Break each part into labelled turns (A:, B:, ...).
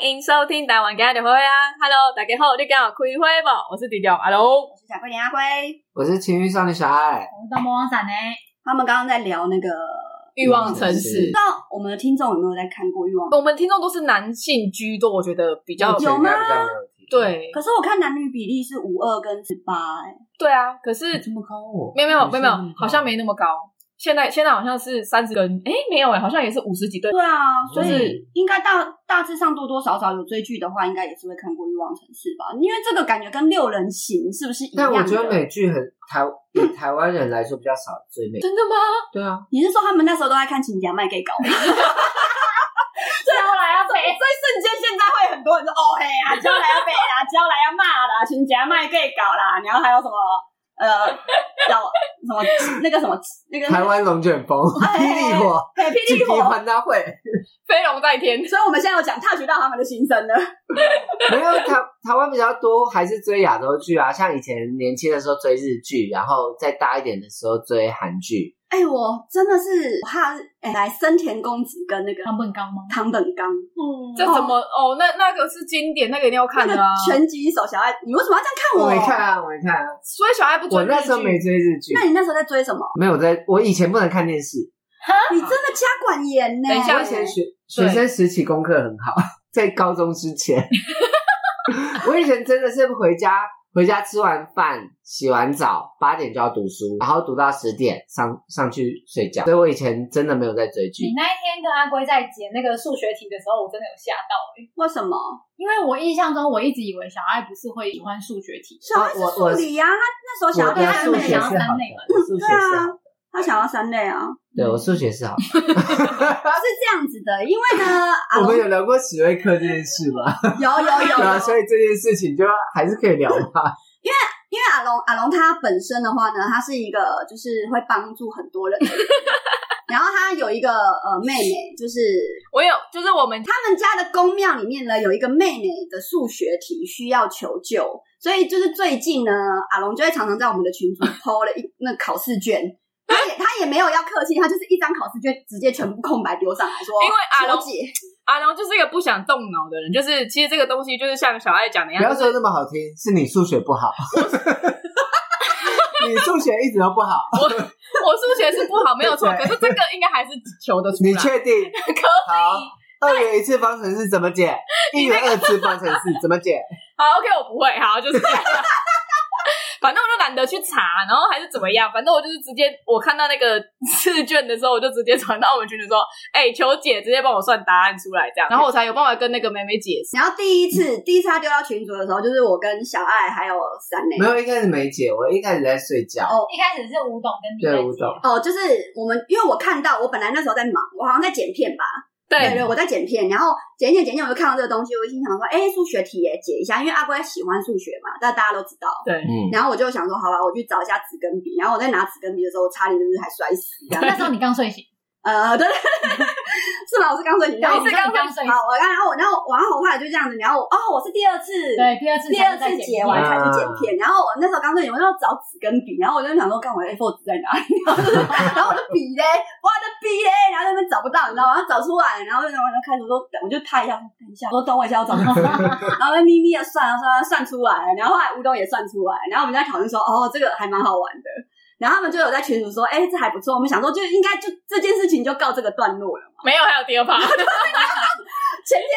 A: 迎收听台湾家的会啊！Hello，大家好，你刚好开会不？我是哦迪迪阿龙。
B: 我是小慧林阿辉，
C: 我是情欲少女小爱，
D: 我是大魔王伞呢，
B: 他们刚刚在聊那个，
A: 欲望城
C: 嗯
A: 市
B: 不知，道我们的听众有没有在看过《欲望》？
A: 我们听众都是男性居多，我觉得比较
B: 有吗
C: 目前应该比较没有提
A: 对
B: 可是我看男女比例是五二跟十八，哎，
A: 对啊。可是
C: 这么高哦
A: 没有没有没有没有
C: 女生那么，高
A: 好像没那么高。现在现在好像是三十跟哎没有哎，好像也是五十几对。
B: 对啊，所以
C: 嗯
B: 应该大大致上多多少少有追剧的话，应该也是会看过《欲望城市》吧？因为这个感觉跟六人行是不是一样
C: 但
B: 的？
C: 我觉得美剧很 台以台湾人来说比较少追美，
A: 真的吗？
C: 对啊，
B: 你是说他们那时候都在看《请假卖给搞》？ 所以
D: 后来要
B: 所以瞬间现在会很多人说哦嘿啊，交来要背啦，交来要骂啦，请假卖给搞啦，然后还有什么呃老什么那个什么那个
C: 台湾龙卷风、
B: 哎
C: 霹雳火、
B: 嘿霹雳
C: 锦
B: 火
C: 旗环大会，
A: 飞龙在天，
B: 所以我们现在有讲 touch 到他们的心声了。
C: 没有台台湾比较多，还是追亚洲剧啊？像以前年轻的时候追日剧，然后再大一点的时候追韩剧。
B: 哎、我真的是怕哎、来森田公子跟那个
D: 唐本刚吗？
B: 唐本刚，
D: 嗯
A: 这怎么哦？那那个是经典，那个一定要看
B: 那
A: 的
B: 个
A: 啊。
B: 拳击手小爱，你为什么要这
C: 我
B: 样看我？
C: 没看啊，我没看啊，
A: 所以小爱不追
C: 我
A: 日
C: 那时候没
A: 剧，
C: 追日剧，
B: 那你那时候在追什么？
C: 没有在，我以前不能看电视，
B: 你真的家管严呢、
A: 啊等一下
C: 我以前学哦学生时期功课很好，在高中之 前，我以前真的是回家回家吃完饭、洗完澡，八点就要读书，然后读到十点上上去睡觉。所以我以前真的没有在追剧
D: 你，
B: 嗯
D: 那一天跟阿龟在解那个数学题的时候，我真的有吓到欸
B: 为什么？
D: 因为我印象中我一直以为小爱不是会喜欢数学题，
B: 小爱
C: 啊
B: 是
C: 我
B: 数
C: 我
B: 理呀、啊，他那时候想要
C: 我
B: 对
C: 的
B: 他
C: 数
B: 妹
C: 学是
B: 妹
C: 好
B: 啊，
C: 的，我数学是好的，
B: 他想要三类 啊，
C: 对我数学是好的。
B: 是这样子的，因为呢，阿
C: 我
B: 龙
C: 们
B: 有
C: 有聊过史瑞克这件事吗？
B: 嗯 有有
C: 对啊，
B: 有，
C: 所以这件事情就还是可以聊 吧。
B: 因为阿龙阿龙他本身的话呢，他是一个就是会帮助很多人的 人，然后他有一个呃妹妹，就是
A: 我有，就是我们
B: 他们家的宫庙里面呢，有一个妹妹的数学题需要求救，所以就是最近呢，阿龙就会常常在我们的群组抛了一那考试卷，他也他也没有要客气，他就是一张考试卷直接全部空白丢上来说，
A: 因为阿龙
B: 小姐
A: 阿龙啊就是一个不想动脑的人，就是其实这个东西就是像小爱讲的一
C: 不
A: 样，
C: 要
A: 就
C: 说
A: 是
C: 那么好听，是你数学不好， 你数学一直都不好。
A: 我数学是不好没有错，可
C: 对
A: 是这个应该还是求得出来。
C: 你确定？
A: 可以
C: 好，二元一次方程式怎么解？一元二次方程式怎么解？
A: 好，OK，我不会，好，就是这样。 反正我就懒得去查，然后还是怎么样，反正我就是直接我看到那个试卷的时候，我就直接传到我们群里说：“哎、求姐直接帮我算答案出来，这样。”然后我才有办法跟那个妹妹解释。
B: 然后第一次第一次他丢到群组的时候，就是我跟小爱还有三妹
C: 没。有，一开始没解，我一开始在睡觉。
B: 哦
D: 一开始是吴董跟你在
C: 对
D: 解
C: 吴董
B: 哦，就是我们，因为我看到，我本来那时候在忙，我好像在剪片吧，对
A: 对，
B: 对，我在剪片，然后剪一剪剪一剪，我就看到这个东西，我就心想说，哎，数学题也解一下，因为阿乖喜欢数学嘛，但大家都知道。
C: 嗯，
B: 然后我就想说，好吧，我去找一下纸跟笔。然后我在拿纸跟笔的时候，我差点就是还摔 死这样。
D: 那时候你刚睡醒，
B: 呃，对，对对是吗？我是刚睡醒，然后
D: 对
B: 我
D: 你刚刚睡醒
B: 好，，我刚，然后我，然后我然后我后来就这样子，然后我哦，我是第二次，
D: 对，第二次
B: 第
D: 才
B: 二
D: 是在
B: 次
D: 解
B: 解完才去剪
C: 啊
B: 片，然后我那时候刚说你们要找纸跟笔，然后我就想说，干我的 A4 纸在哪里？ 然后就是然后我的笔嘞，我的笔嘞，然后在那边找不到，你知道吗？然后找出来，然后然后我就开始说，我就拍一下，等一下，我说等我一下，我找不到。 然后在咪咪的算啊算啊算出来了，然后后来吴东也算出来，然后我们在讨论说，哦，这个还蛮好玩的。然后他们就有在群组说，哎、这还不错。我们想说，就应该就这件事情就告这个段落了嘛。
A: 没有，还有第二 趴。
B: 前天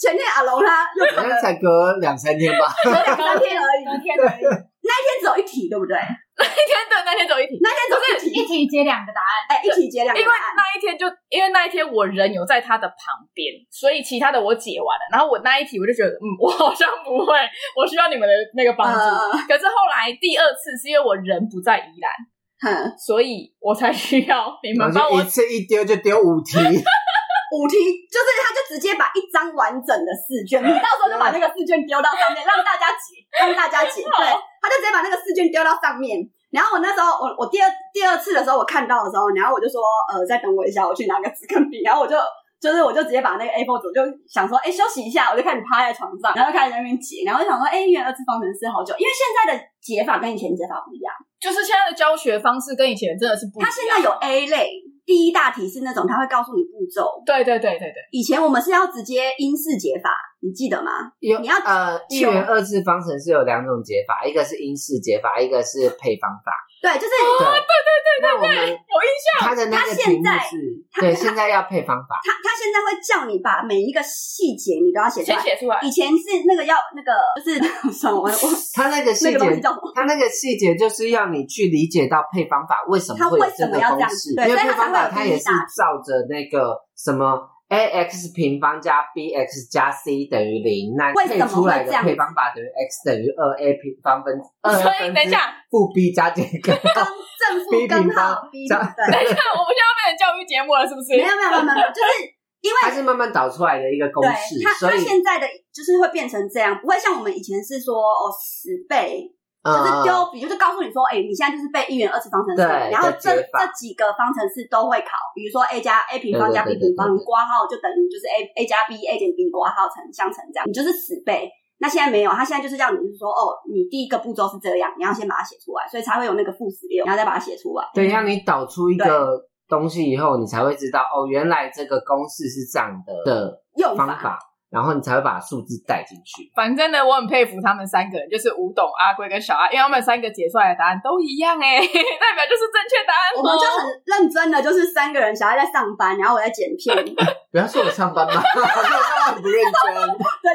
B: 前天阿龙他又
C: 好像才隔两三天吧。
B: 隔两三天而已，
D: 隔天而已，
B: 那天只有一题，对不对？
A: 那天对，那天走一题，
B: 那天只有一题
D: 一，题解两个答案，
B: 哎、一题接两个
A: 因为
B: 答案。
A: 那一天就因为那一天我人有在她的旁边，所以其他的我解完了，然后我那一题我就觉得，嗯，我好像不会，我需要你们的那个帮 助。
B: 呃
A: 可是后来第二次是因为我人不在宜兰。
B: 哼
A: 所以我才需要你
C: 然
A: 们
C: 后
A: 帮
C: 就
A: 我
C: 一。次一丢就丢五题，
B: 五题就是他就直接把一张完整的试卷，你到时候就把那个试卷丢到上面，让大家解，让大家解。
A: 哦
B: 对，他就直接把那个试卷丢到上面。然后我那时候，我我第二第二次的时候，我看到的时候，然后我就说，呃，再等我一下，我去拿个纸跟笔。然后我就就是我就直接把那个 A4 纸，我就想说，哎，休息一下，我就开始趴在床上，然后开始在那边解。然后我想说，哎，一元二次方程式好久，因为现在的解法跟以前解法不一样。
A: 就是现在的教学方式跟以前真的是不一样。
B: 它现在有 A 类，第一大题是那种他会告诉你步骤，
A: 对对对对对，
B: 以前我们是要直接因式解法，你记得吗？
C: 有
B: 你要
C: 呃，一元二次方程是有两种解法，一个是因式解法，一个是配方法。
B: 哦对，就是
C: 哦对对对对对，那我们
A: 有印象。
C: 它的那
B: 它
C: 个题
B: 现
C: 目
B: 在
C: 是，
B: 它
C: 对，现在要配方法，
B: 他他现在会叫你把每一个细节你都要写出
A: 先
B: 来。
A: 写出来，
B: 以前是那个要那个，就是算 了，我我
C: 它那个
B: 那
C: 细
B: 个东西
C: 节。
B: 叫什么？
C: 它那个细节就是要你去理解到配方法为什么
B: 它
C: 会有
B: 为
C: 这
B: 什么
C: 个
B: 要这
C: 公
B: 样
C: 式，
B: 对
C: 因为
B: 所以
C: 配
B: 它
C: 方
B: 才会
C: 法
B: 有啊
C: 它
B: 第一
C: 也是
B: 大
C: 照着那个什么 a x 平方加 b x 加 c 等于零，那
B: 为
C: 配
B: 什么
C: 出来
B: 会
C: 的
B: 这样
C: 配方法等于 x 等于二 a 平方分二
A: 所以
C: 分
A: 等一
C: 之
A: 下
C: 负 b 加减根号。
B: 正负
C: B
B: 根
C: 平方
B: 号 B
C: 这
B: 对
C: 样，
A: 等一下，我们现在要变成教育节目了，是不是
B: 没？ 有没有没有没有， 就是
C: 它是慢慢导出来的一个公
B: 对
C: 式，
B: 他
C: 所
B: 他
C: 以
B: 现在的就是会变成这样，不会像我们以前是说哦十倍，就是
C: 嗯
B: 丢，比如就告诉你说，哎，你现在就是背一元二次方程式，
C: 对
B: 然后这
C: 的解法
B: 这几个方程式都会考，比如说 a 加 a 平方加 b
C: 对对对对
B: 平方，
C: 对
B: 你括号就等于就是 a a 加 b a 减 b 括号乘相乘这样，你就是十倍。那现在没有，他现在就是要你就是说，哦，你第一个步骤是这样，你要先把它写出来，所以才会有那个负十六，然后再把它写出来。
C: 对，让你导出一个东西以后，你才会知道哦，原来这个公式是这样的的
B: 用
C: 方
B: 法
C: 法，然后你才会把数字带进去。
A: 反正呢，我很佩服他们三个人，就是吴董、阿贵跟小阿，因为他们三个解出来的答案都一样哎、 代表就是正确答案哦。
B: 我们就很认真的，就是三个人，小孩在上班，然后我在剪 片，对，
C: 不要说我上班吧， 我上班很不认真，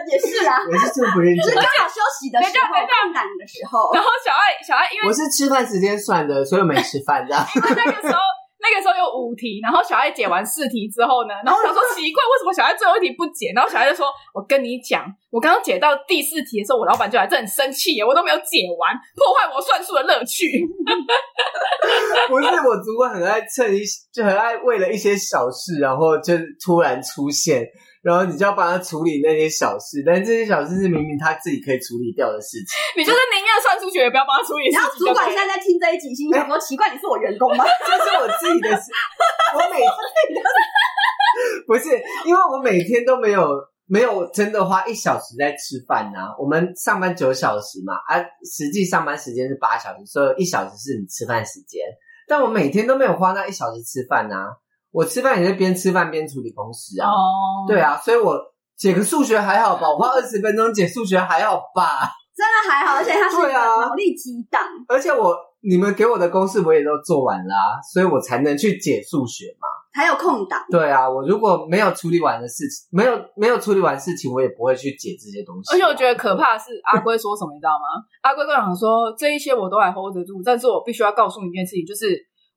B: 也是啊，
C: 我是真的不认
B: 就是
C: 真
B: 刚。好休息的时候，空档的时候，
A: 然后小爱，小爱因为
C: 我是吃饭时间算的，所以我没吃饭这样。
A: 因 为那个时候。那个时候有五题，然后小爱解完四题之后呢，然后我想说奇怪，为什么小爱最后一题不解？然后小爱就说：“我跟你讲，我刚刚解到第四题的时候，我老板就来，这很生气耶，我都没有解完，破坏我算数的乐趣。
C: 不是我主管很爱趁一，就很爱为了一些小事，然后就突然出现，然后你就要帮他处理那些小事，但这些小事是明明他自己可以处理掉的事情。”
A: 你就是宁愿算数学，也不要帮他处理事
B: 然后主
A: 情就对了。
B: 管现在在听这一集，心想说：奇怪，你是我员工吗？
C: 这是我自己的 事，我每不是因为我每天都没有没有真的花一小时在吃饭呐、我们上班九小时嘛，啊，实际上班时间是八小时，所以一小时是你吃饭时间。但我每天都没有花那一小时吃饭呐、我吃饭也是边吃饭边处理公事啊。
A: 哦，
C: 对啊，所以我解个数学还好吧，我花二十分钟解数学还好吧。
B: 真的还好，而且他是一
C: 对啊
B: 个脑力激荡，
C: 而且我你们给我的公式我也都做完啦、所以我才能去解数学嘛。
B: 还有空 档。
C: 对啊，我如果没有处理完的事情，没有没有处理完事情，我也不会去解这些东西、啊
A: 而且我觉得可，怕的是阿龟说什么，你知道吗？阿龟跟我讲说，这一些我都还 hold 得住，但是我必须要告诉你一件事情，就是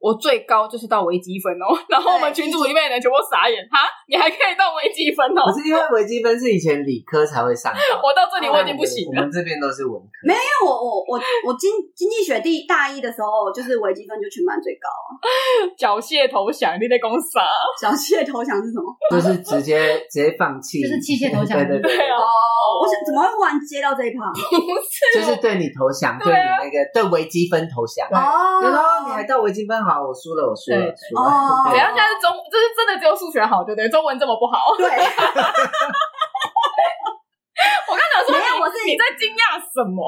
A: 我最高就是到微积分哦。 然后我们群组里面的人全部傻眼，哈，你还可以到微积分哦？
C: 不是因为微积分是以前理科才会上 到，
A: 我到这里我已经不行
C: 我
A: 了。
C: 们这边都是文科，
B: 没有，因为我我我我经经济学第大一的时候，就是微积分就全班最高。
A: 缴械投降，你在公啊傻。
B: 小谢投降是什么？
C: 就是直接直接放弃，
D: 就是弃械投降
C: 对对对，
A: 对啊
B: 哦，我想怎么会忽然接到这一趴？
C: 就是对你投降，对
A: 对啊
C: 你那个对微积分投降。
B: 哦，
C: 然后你还到微积分好，我输了，我输了，
A: 对啊
C: 输了。
B: 哦，
A: 怎样？现在是中，这是真的只有数学好，对不对？中文这么不 好，
B: 对，
A: 我刚想说你，
B: 没有我是
A: 你在惊讶什么？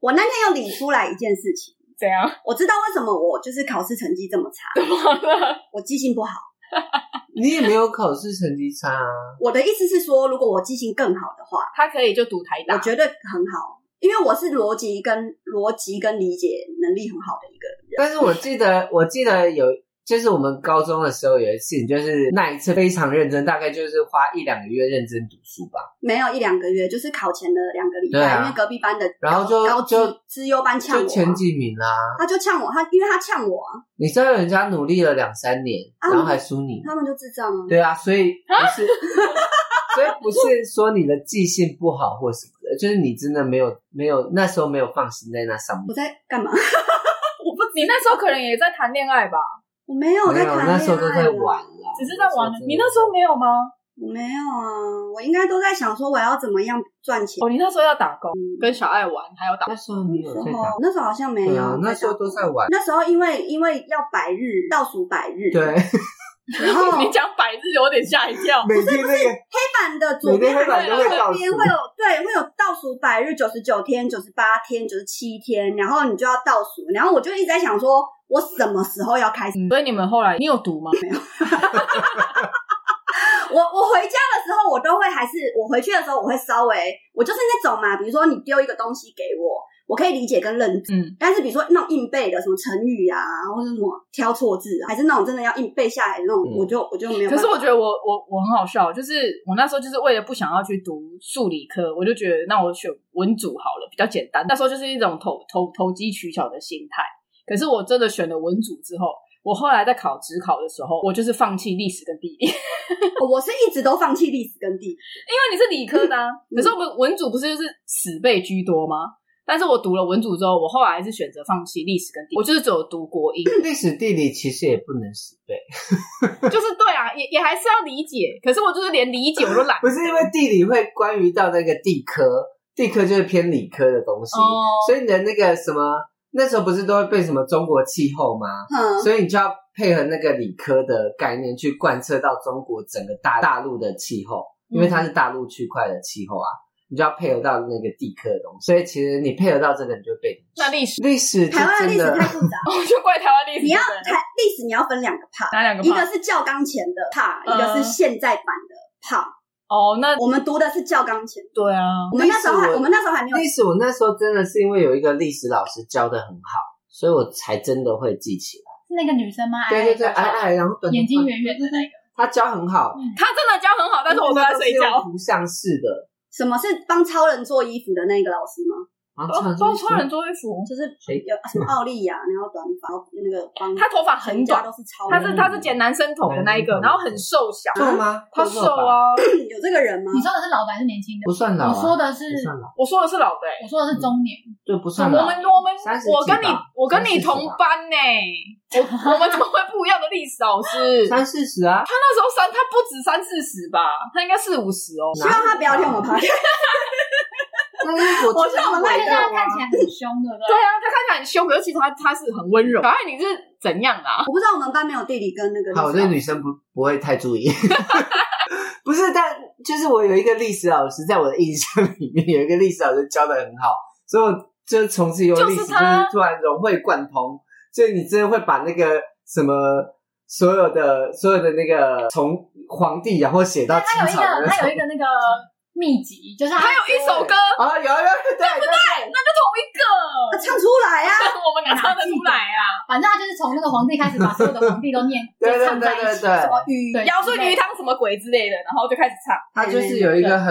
B: 我那天有理出来一件事情。
A: 怎样？
B: 我知道为什么我就是考试成绩这么差，我记性不好。
C: 你也没有考试成绩差啊，
B: 我的意思是说，如果我记性更好的话，
A: 他可以就读台
B: 我
A: 大，
B: 觉得很好，因为我是逻辑跟逻辑跟理解能力很好的一个人。
C: 但是我记 得，我记得有，就是我们高中的时候有一次，你就是那一次非常认真，大概就是花一两个月认真读书吧。
B: 没有一两个月，就是考前的两个礼
C: 对
B: 拜，
C: 啊
B: 因为隔壁班的
C: 然后就
B: 高资
C: 就
B: 资优班呛我
C: 就
B: 啊，
C: 前几名啦、
B: 他就呛我，他因为他呛我啊，
C: 你知道人家努力了两三年，
B: 啊
C: 然后还输你，
B: 他们就智障啊。
C: 对啊，所以不是， 所以不是说你的记性不好或什么的，就是你真的没有没有那时候没有放心在那上面。
B: 我在干嘛？
A: 我不，你那时候可能也在谈恋爱吧，
B: 我没有
C: 没
B: 在
C: 有，
B: 谈恋爱啊，
C: 那时候都在玩啦，
A: 只是在啊玩
C: 真。的
A: 你那时候没有吗？
B: 我没有啊，我应该都在想说我要怎么样赚钱。
A: 哦，你那时候要打工，跟小爱玩，还有打
C: 那时候你有在
B: 然
C: 打
B: 后，那时候好像没
C: 对
B: 有
C: 啊啊，，那时候都在玩，
B: 那时候因为因为要百日倒数百日，
C: 对，
B: 然后
A: 你
B: 黑
A: 讲百日有点吓一跳，
C: 每天那个
B: 板的左边
C: 每天黑板
B: 还
C: 都
B: 有
C: 会
B: 右
C: 倒数
B: 边会有对会有倒数百日九十九天九十八天九十七天，然后你就要倒数，然后我就一直在想说，
A: 嗯
B: 我什么时候要开始？
A: 所以你们后来你有读吗？
B: 我我回家的时候，我都会还是我回去的时候，我会稍微，我就是那种嘛，比如说你丢一个东西给我，我可以理解跟认知，
A: 嗯
B: 但是比如说那种硬背的什么成语啊，或者什么挑错字啊，还是那种真的要硬背下来的那种，
C: 嗯
B: 我就我就没有办法。
A: 可是我觉得我我我很好笑，就是我那时候就是为了不想要去读数理科，我就觉得那我选文组好了，比较简单。那时候就是一种投投投机取巧的心态。可是我真的选了文组之后，我后来在考职考的时候，我就是放弃历史跟地理，因
B: 我是一直都放弃历史跟地理，
A: 为你是理科的、啊。
B: 嗯
A: 可是我们文组不是就是死背居多吗？但是我读了文组之后，我后来还是选择放弃历史跟地理，我就是只有读国 英，
C: 历史地理其实也不能死背，啊
A: 就是对啊，也也还是要理解。可是我就是连理解我都懒得，
C: 不是因为地理会关于到那个地科，地科就是偏理科的东西，
A: 哦
C: 所以你的那个什么，那时候不是都会背什么中国气候吗？
B: 嗯，
C: 所以你就要配合那个理科的概念去贯彻到中国整个大大陆的气候，
B: 嗯
C: 因为它是大陆区块的气候啊，你就要配合到那个地科的东西。所以其实你配合到这个，你就背
A: 那历史，
C: 历史是
B: 台湾的哎历
C: 真
B: 史
C: 的
B: 太复杂，
A: 我就怪台湾历史。
B: 你要
A: 对
B: 台历史你要分两个 part，
A: 哪两个
B: 一
A: 吧？
B: 个是教纲前的 part，
A: 嗯
B: 一个是现在版的 part。
A: 哦，那
B: 我们读的是教纲前，
A: 对啊，
B: 我们那时候还我们那时候还没有
C: 历史，我那时候真的是因为有一个历史老师教的很好，所以我才真的会记起来。
D: 是那个女生吗？
C: 对对对，
D: 矮矮
C: 矮
D: 小小
C: 矮，然后短头发
D: 眼睛圆圆的那个，
C: 他教很好，
A: 他真的教很嗯好，但是我都在睡
C: 因为那都是
A: 觉。
C: 用图像式的，
B: 什么是帮超人做衣服的那个老师吗？
C: 然后
A: 哦
C: 穿
A: 帮超人做衣服，
B: 就是
C: 谁
B: 有啊什么奥利亚，然后短发，然后那个帮
A: 他头发很
B: 全家，
A: 短
B: 都是超
A: 他
B: 人，
A: 是他是剪男生头的那一个，
C: 哦嗯
A: 然后很瘦小，
C: 瘦吗？
A: 他
C: 瘦
A: 瘦
C: 吧，
A: 啊。
B: 嗯有这个人吗
D: 你？说的是老板是年轻的
C: 不，算
D: 我
C: 老啊，
D: 说的是
C: 不算老，
A: 我说的是老的欸，
D: 我说的是中年，
C: 对，不算老。
A: 我们我们
C: 啊三十几吧
A: 我跟你我跟你同班呢，我我们怎么会不一样的历史老师？
C: 三四十啊，
A: 他那时候三，他不止三四十吧，他应该四五十 哦。
B: 希望他不要听我们拍。
C: 哪那是我
B: 我知道我们
D: 但
B: 那
D: 是
B: 个
D: 他看起来很凶，对不
A: 对
D: 对？
A: 啊，他看起来很凶，可是其实他他是很温柔。小爱，你是怎样啊？
B: 我不知道我们班没有地理跟那个历史
C: 好，这个女生不不会太注意。 不是，但就是我有一个历史老师，在我的印象里面有一个历史老师教的很好，所以我就从此有历史
A: 就
C: 就是
A: 他
C: 是突然融会贯通，所以你真的会把那个什么所有的所有的那个从皇帝然后写到清
D: 他有一
C: 朝的
D: 个
C: 那
D: 他
C: 种
D: 有一个那个秘籍，就是他
A: 还有一首歌，
C: 啊，有 有有对对
A: 那就同一个。
B: 他唱出来啊！
A: 我们哪唱得出来啊？
D: 反正他就是从那个皇帝开始，把所有的皇帝都念
C: 对对
D: 就唱在一
C: 对
D: 起，
C: 对对
D: 什么
B: 雨
D: 对
A: 尧舜禹汤什么鬼之类的，然后就开始唱。
C: 它就是有一个很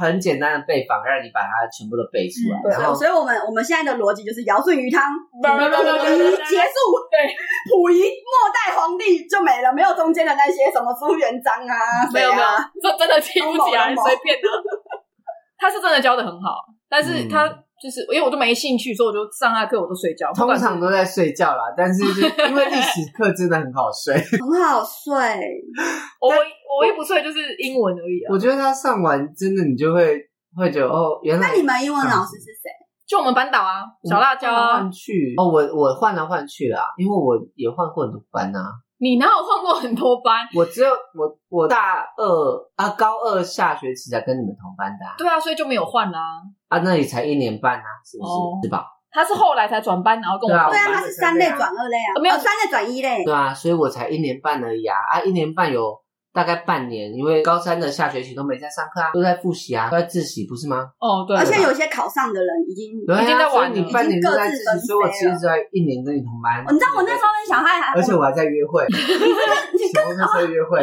C: 很简单的背法，让你把它全部都背出来，
B: 嗯对，
C: 然后
B: 所以我们我们现在的逻辑就是尧舜禹汤，
A: 不不不不不
B: 溥仪结束，
A: 对，
B: 溥仪末代皇帝就没了，没有中间的那些什么朱元璋啊，
A: 没有没有，这真的听不起来，
B: 东某东某
A: 随便的。他是真的教的很好，但是
C: 嗯
A: 他就是因为我都没兴趣，所以我就上他课我都睡觉。不
C: 通
A: 管是
C: 常都在睡觉啦。但是就是因为历史课真的很好睡，
B: 谁啊，很好睡。
A: 我唯我唯一不睡就是英文而已啊。
C: 我觉得他上完真的你就会会觉得哦，原 来
B: 那你们英文老师是
C: 嗯
B: 谁？
A: 就我们班导啊，小辣椒
C: 换来
A: 啊
C: 换，去哦，我我换来换去啦，因为我也换过很多班啊，
A: 你哪有换过很多班？
C: 我只有我我大二啊高二下学期才跟你们同班的啊，
A: 对啊，所以就没有换啦。
C: 啊那里才一年半啊，是不是？
A: 哦
C: 是吧？
A: 他是后来才转班，然后跟我
C: 对啊
A: 同
B: 对啊，
A: 班
B: 他
C: 我。
B: 是三类转二类啊
A: 呃，没有
B: 哦三类转一类
C: 对。啊，所以我才一年半而已啊，啊一年半有。大概半年，因为高三的下学期都没在上课啊，都在复习啊，都在自习，不是吗？
A: 哦，对，
B: 而且
A: 对
B: 有些考上的人已经，
C: 对啊，
A: 已经在玩了
C: 所以你半年都在
B: 已
C: 自
B: 经各自分
C: 习，所以我
B: 飞
C: 其实
B: 了
C: 只要一年跟你同班。
B: 哦你知道我那时候跟小孩还
C: 而且我还在约 会，什么那时候约会？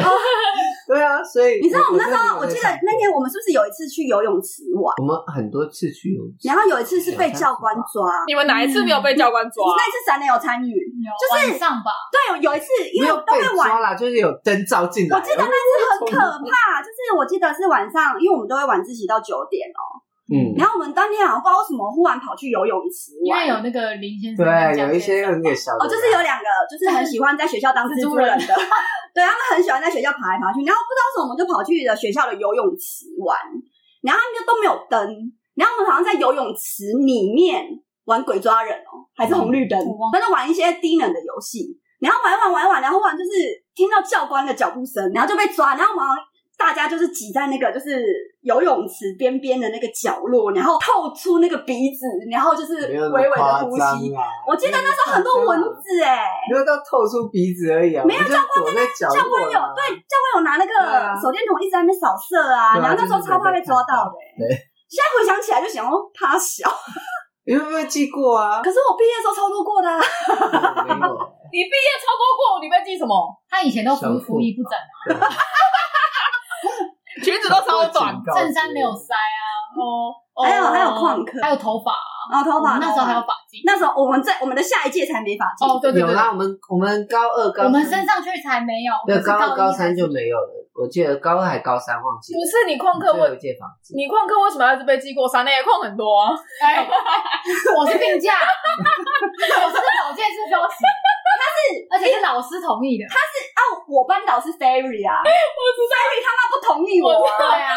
C: 对啊，所以
B: 你知道我们那时候，我
C: 真
B: 记
C: 的没有
B: 得
C: 在想
B: 那天我们是不是有一次去游泳池玩？
C: 我们很多次去游，
B: 然后有一次是被教官抓，
A: 你们哪一次没有被教官抓？
B: 那次闪雷有参与。
D: 就是晚上吧，
B: 对，有一次因为我
C: 没有
B: 都
C: 被
B: 会玩
C: 抓，啦，就是有灯照进来。啊
B: 我记得那次很可怕。就是我记得是晚上，因为我们都会晚自习到九点哦。
C: 嗯，
B: 然后我们当天好像不知道为什么忽然跑去游泳池
D: 因为
B: 玩。
D: 有那个林先生
C: 对，
D: 讲
C: 有一些
D: 先生
C: 有点小
B: 哦，
C: 啊的
B: 就是有两个，就是很喜欢在学校当蜘蛛人的， 对他们很喜欢在学校爬来爬去，然后不知道为什么我们就跑去了学校的游泳池玩，然后他们就都没有灯，然后我们好像在游泳池里面玩鬼抓人哦，还是红绿
C: 嗯
B: 灯
D: 我忘，了
B: 反正玩一些低能的游戏，然后玩一玩玩一玩，然后忽然就是听到教官的脚步声，然后就被抓，然后我们好像大家就是挤在那个就是游泳池边边的那个角落，然后透出那个鼻子，然后就是
C: 没
B: 微微
C: 有那么
B: 的
C: 夸
B: 呼
C: 张
B: 吸。
C: 啊。
B: 我记得那时候很多蚊子哎、
C: 没有到透出鼻子而已啊，
B: 没有
C: 我就躲在角
B: 教官
C: 落啊
B: 有
C: 啦。
B: 对教官有拿那
C: 对
B: 个
C: 啊
B: 手电筒一直在那边扫射啊，
C: 对啊
B: 然后那时候超怕被抓到的、欸。
C: 对
B: 现在回想起来就想哦，他小，
C: 你会不会记过啊？哦
B: 可是我毕业的时候超度过的、啊，
C: 没 有，
A: 你毕业超过过，你被记什么？
D: 他以前都服
C: 小
D: 服衣不整啊，
A: 裙子都超短
C: 警告
D: 衬衫没有塞啊，
A: 哦，哦
B: 还有还有旷课，
D: 还有头发啊，
B: 然后头
D: 我
B: 发
D: 们那时候还有发髻。
B: 那时候我们在我们的下一届才没法进，
D: 哦，对对
C: 有
D: 对，
C: 啦，我们我们高二高
D: 我们
C: 三
D: 升上去才没有，我
C: 对
D: 们是
C: 高二
D: 一
C: 高三就没有了，我记得高二还高三忘记了
A: 不。是你旷课
C: 最后
A: 为
C: 一届房间，
A: 你旷课为什么要是被记过三内旷很多啊？
D: 哎，我是病假，我是保健是休息，他是而且是老师同意的，他
B: 啊，我班导是 Ferry 啊，我 Ferry 他妈不同意我
A: 我
B: 啊，
D: 对啊，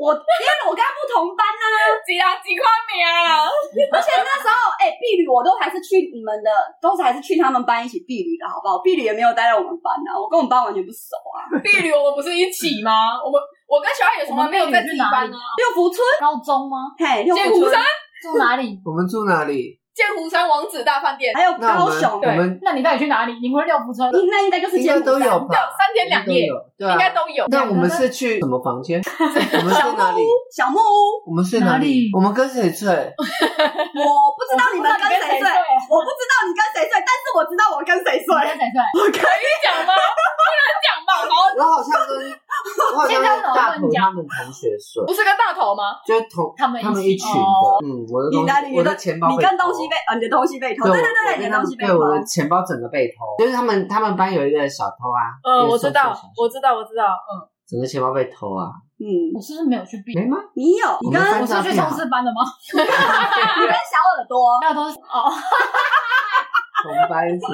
B: 我 因为我跟他不同班啊，
A: 几啊几块名啊？
B: 而且那时候哎，婢女我都还是去你们的，都是还是去他们班一起婢女的好不好？婢女也没有待在我们班啊，我跟我们班完全不熟啊，
A: 婢女我们不是一起吗？我们我跟小爱也从来没有在自己
D: 我们
A: 班
D: 婢
A: 啊。
B: 六福村，
D: 高中吗？
B: 嘿，六
A: 剑
B: 福
A: 湖
B: 村
A: 山，，
D: 住哪里？
C: 我们住哪里？
A: 剑湖山王子大饭店，
B: 还有
C: 那我
B: 高
C: 们
B: 雄，
C: 我们
D: 那你到底去哪里？你们六福村？
B: 应那应该就是
C: 应
B: 剑
C: 该
B: 湖
C: 都
B: 山
C: 有吧？
A: 三天两夜
C: 应该都有，对
A: 应该
C: 啊。那
A: 都有。
C: 我们是去什么房间？我们睡哪里？
B: 小木屋，
C: 我们睡哪
D: 哪里
C: 里？我们跟谁睡？
B: 我不知道你们跟谁睡，
D: 我
B: 我不知道你跟谁睡，但是我知道我跟谁睡。
D: 跟谁睡？
A: 讲吗？不能讲吧？然
C: 我好
A: 后
C: 像跟我好像跟大头他们同学睡，
A: 不是跟大头吗？
C: 就是同
D: 他们
C: 他们一群
D: 哦
C: 的。嗯，我的
B: 你
C: 东
B: 的你
C: 西，
B: 的
C: 我的钱包
B: 你
C: 被
B: 跟东
C: 偷
B: 西被呃，你的东西被偷，对对
C: 对我
B: 对，
C: 我
B: 对
C: 跟
B: 你
C: 他
B: 的
C: 们
B: 东西被
C: 对
B: 偷。
C: 我的钱包整个被偷，就是他们他们班有一个小偷啊，
A: 嗯，
C: 也
A: 我
C: 是
A: 知道
C: 瘦瘦小小，
A: 我知道，我知道。 嗯，
C: 整个钱包被偷啊，
B: 嗯，
D: 我是不是没有去避？
C: 没吗？
B: 你有，你跟
C: 我
D: 我
C: 们
B: 你
D: 是去冲刺班的吗？
B: 跟小耳朵
D: 那都是哦，
C: 我们班是，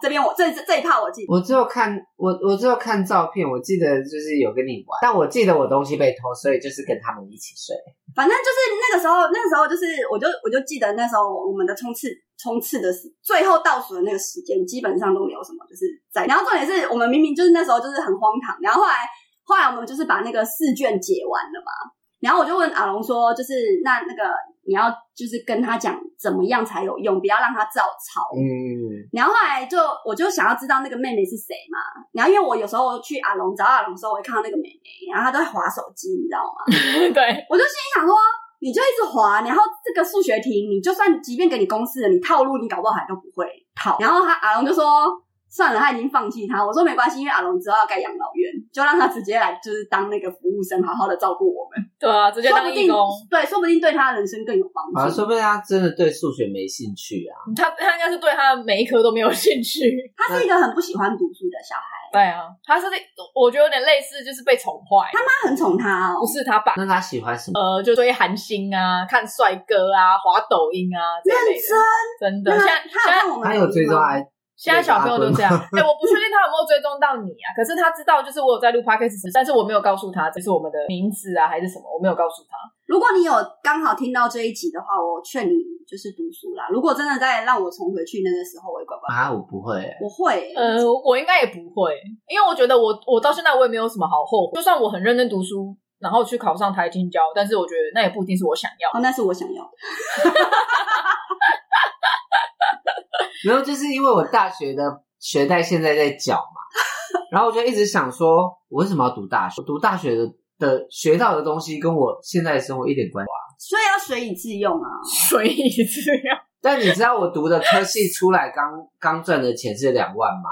B: 这边我这这这一趴我记得，
C: 我只有看我我只有看照片，我记得就是有跟你玩，但我记得我东西被偷，所以就是跟他们一起睡。
B: 反正就是那个时候，那个时候就是我就我就记得那时候我我们的冲刺冲刺的时最后倒数的那个时间，基本上都没有什么就是在。然后重点是我们明明就是那时候就是很荒唐，然后后来后来我们就是把那个试卷解完了嘛，然后我就问阿龙说，就是那那个你要就是跟他讲怎么样才有用，不要让他照抄。
C: 嗯，
B: 然后后来就我就想要知道那个妹妹是谁嘛，然后因为我有时候去阿龙找阿龙的时候，我会看到那个妹妹，然后她都在划手机，你知道吗？
A: 对，
B: 我就心里想说，你就一直划，然后这个数学题，你就算即便给你公式了，你套路你搞不好还都不会套。然后他阿龙就说。算了，他已经放弃他。我说没关系，因为阿龙之后要盖养老院，就让他直接来，就是当那个服务生，好好的照顾我们。
A: 对啊，直接
B: 说
A: 当
B: 不
A: 义
B: 定
A: 工。
B: 对，说不定对他的人生更有帮助。
C: 好啊像说不定他真的对数学没兴趣啊。
A: 他他应该是对他的每一科都没有兴趣。
B: 他是一个很不喜欢读书的小孩，
A: 对啊，他是我觉得有点类似，就是被宠坏。
B: 他很宠他哦
A: 不。是他爸，
C: 那他喜欢什么？
A: 呃，就追韩星啊，看帅哥啊，滑抖音啊这一类的。真的，
B: 那
A: 现在
B: 他有
A: 现在
B: 看我们
C: 他有追
B: 吗
C: 踪 I
A: 现在小朋友都这样。哎、我不确定他有没有追踪到你啊，可是他知道，就是我有在录 podcast，但是我没有告诉他这是我们的名字啊，还是什么，我没有告诉他。
B: 如果你有刚好听到这一集的话，我劝你就是读书啦。如果真的再让我重回去那个时候，我也乖乖，
C: 啊？我不会欸、
B: 我会、
A: 呃，我应该也不会，因为我觉得我我到现在我也没有什么好后悔，就算我很认真读书。然后去考上台青交，但是我觉得那也不一定是我想要。
B: 哦，那是我想要的。
C: 然后就是因为我大学的学贷现在在缴嘛， 然后我就一直想说，我为什么要读大学？我读大学的的学到的东西跟我现在的生活一点关系。
B: 所以要水以自用啊。
A: 所以这样，
C: 但你知道我读的科系出来刚刚赚的钱是两万吗？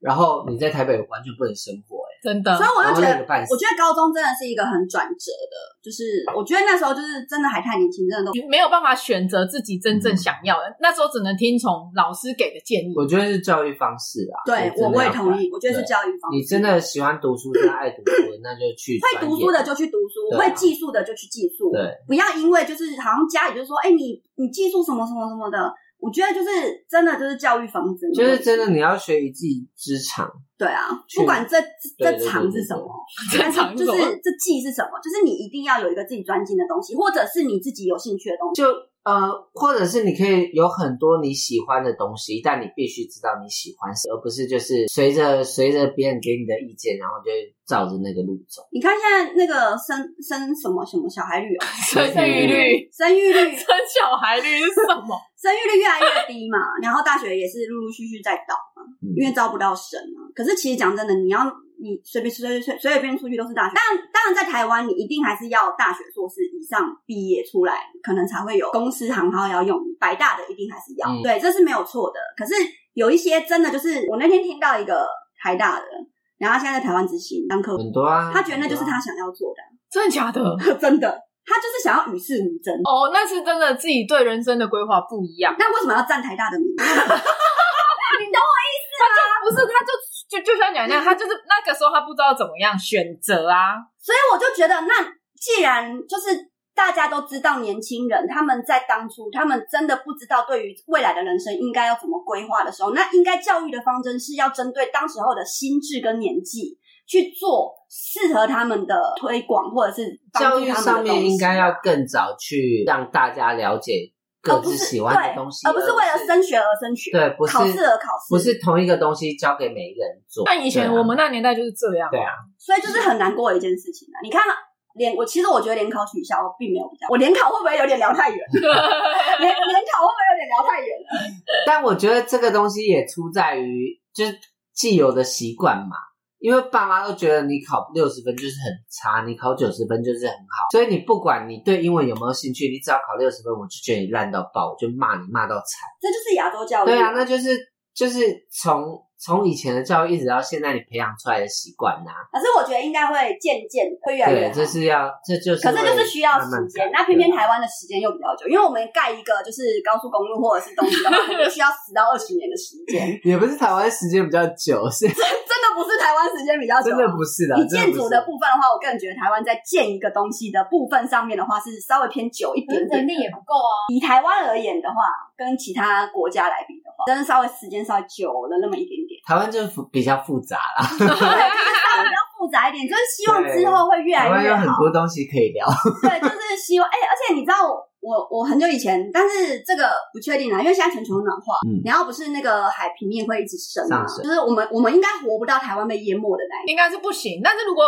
C: 然后你在台北完全不能生活、欸，
A: 真的
B: 所以我就觉
C: 然后累
B: 得
C: 个半，
B: 我
C: 死
B: 觉得高中真的是一个很转折的，就是我觉得那时候就是真的还太年轻，真的都
A: 没有办法选择自己真正想要的。那时候只能听从老师给的建议。
C: 我觉得是教育方式啊。
B: 对
C: 真的
B: 我我也
C: 要
B: 同
C: 改。
B: 意，我觉得是教育方面。
C: 你真的喜欢读书，真的爱读书，那就去
B: 会
C: 专
B: 读
C: 业
B: 书的就去读书，
C: 对啊
B: 会技术的就去技术，
C: 对，
B: 不要因为就是好像家里就说，哎，你你技术什么什么什么的，我觉得就是真的就是教育方针，
C: 就是真的你要学一技之长。
B: 对啊，
C: 去
B: 不管这
C: 对
B: 这
C: 对对
B: 场是什么，
A: 对对
B: 但是
A: 这场是
B: 就
A: 什么
B: 是这技是什么，就是你一定要有一个自己专精的东西，或者是你自己有兴趣的东西。
C: 就呃，或者是你可以有很多你喜欢的东西，但你必须知道你喜欢什么，而不是就是随着随着别人给你的意见，然后就照着那个路走。
B: 你看现在那个生生什么什么小孩率哦，
A: 生育率、
B: 生育率
A: 生小孩率是什么？
B: 生育率越来越低嘛，然后大学也是陆陆续续在倒嘛，因为招不到生啊。可是其实讲真的，你要你随便随随随随便出去都是大学，当然当然在台湾你一定还是要大学硕士以上毕业出来，可能才会有公司行号要用你，百大的一定还是要，
C: 嗯
B: 对，这是没有错的。可是有一些真的就是我那天听到一个台大的，然后他现在在台湾执行当科，
C: 很多啊，
B: 他觉得那就是
C: 很多啊
B: 他想要做的
A: 真的假的？
B: 啊，真的，他就是想要与世无争。
A: 哦，那是真的自己对人生的规划不一样。
B: 那为什么要占台大的名？
A: 不是，他就就就像讲那样，他就是那个时候他不知道怎么样选择啊。
B: 所以我就觉得，那既然就是大家都知道，年轻人他们在当初他们真的不知道对于未来的人生应该要怎么规划的时候，那应该教育的方针是要针对当时候的心智跟年纪去做适合他们的推广，或者是帮
C: 教
B: 助
C: 育
B: 他们的
C: 上
B: 东
C: 面
B: 西
C: 应该要更早去让大家了解各
B: 而不
C: 自
B: 是
C: 喜欢的东西，
B: 对而不是为了升学而升学，
C: 对，不是
B: 考试而考试，
C: 不是同一个东西交给每一个人做。
A: 但以前
C: 对啊
A: 我们那年代就是这样，
C: 对啊，
B: 所以就是很难过的一件事情啊！你看，联我其实我觉得联考取消并没有比较，我联考会不会有点聊 太远？联联考会不会有点聊太远了？
C: 但我觉得这个东西也出在于就是既有的习惯嘛，因为爸妈都觉得你考六十分就是很差，你考九十分就是很好，所以你不管你对英文有没有兴趣，你只要考六十分，我就觉得你烂到爆，我就骂你骂到惨。
B: 这就是亚洲教育，
C: 对啊，那就是就是从从以前的教育一直到现在你培养出来的习惯呐、
B: 可是我觉得应该会渐渐会越来越
C: 对，
B: 好。
C: 这是要这就是
B: 啊可
C: 会
B: 是
C: 慢慢改，
B: 就是需要时间，那偏偏
C: 对啊
B: 台湾的时间又比较久，因为我们盖一个就是高速公路或者是东 西的话，可能就需要十到二十年的时间，
C: 也不是台湾时间比较久，是
B: 真的不是台湾时间比较久
C: 真
B: 啊，
C: 的不是的。
B: 以
C: 真
B: 建
C: 不
B: 筑的
C: 是
B: 部分的话，我个人觉得台湾在建一个东西的部分上面的话，是稍微偏久一
D: 可是人
B: 点点。
D: 力也不够啊，
B: 以台湾而言的话，跟其他国家来比的话，真的稍微时间稍微久了那么一点 点，
C: 台湾政府比较复杂啦，
B: 对就是稍微比较复杂一点，就是希望之后会越
C: 台
B: 来
C: 湾
B: 越
C: 有很
B: 好。
C: 多东西可以聊。
B: 对，就是希望。哎、而且你知道我，我我很久以前，但是这个不确定啦，啊因为现在全球暖化，
C: 嗯
B: 然后不是那个海平面会一直升嘛，
C: 上升
B: 就是我们我们应该活不到台湾被淹没的那一天。
A: 应该是不行。但是如果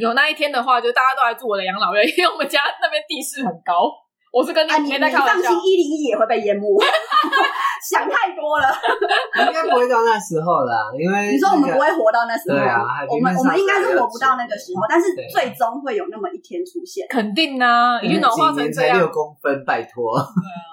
A: 有那一天的话，就大家都来住我的养老院，因为我们家那边地势很高。我是跟
B: 啊，你
A: 没
B: 你
A: 在开玩
B: 放
A: 笑
B: 心，，一零一也会被 淹没，想太多了。
C: 应该不会到那时候啦，因为、那个、
B: 你说我们不会活到那时候，
C: 对啊海
B: 我
C: 平面
B: 们
C: 上
B: 我们应该是活不到那个时候，但是
C: 对啊
B: 最终会有那么一天出现，
A: 肯定呐、已经暖化成
C: 几年
A: 这
C: 才
A: 样
C: 六，公分，拜托。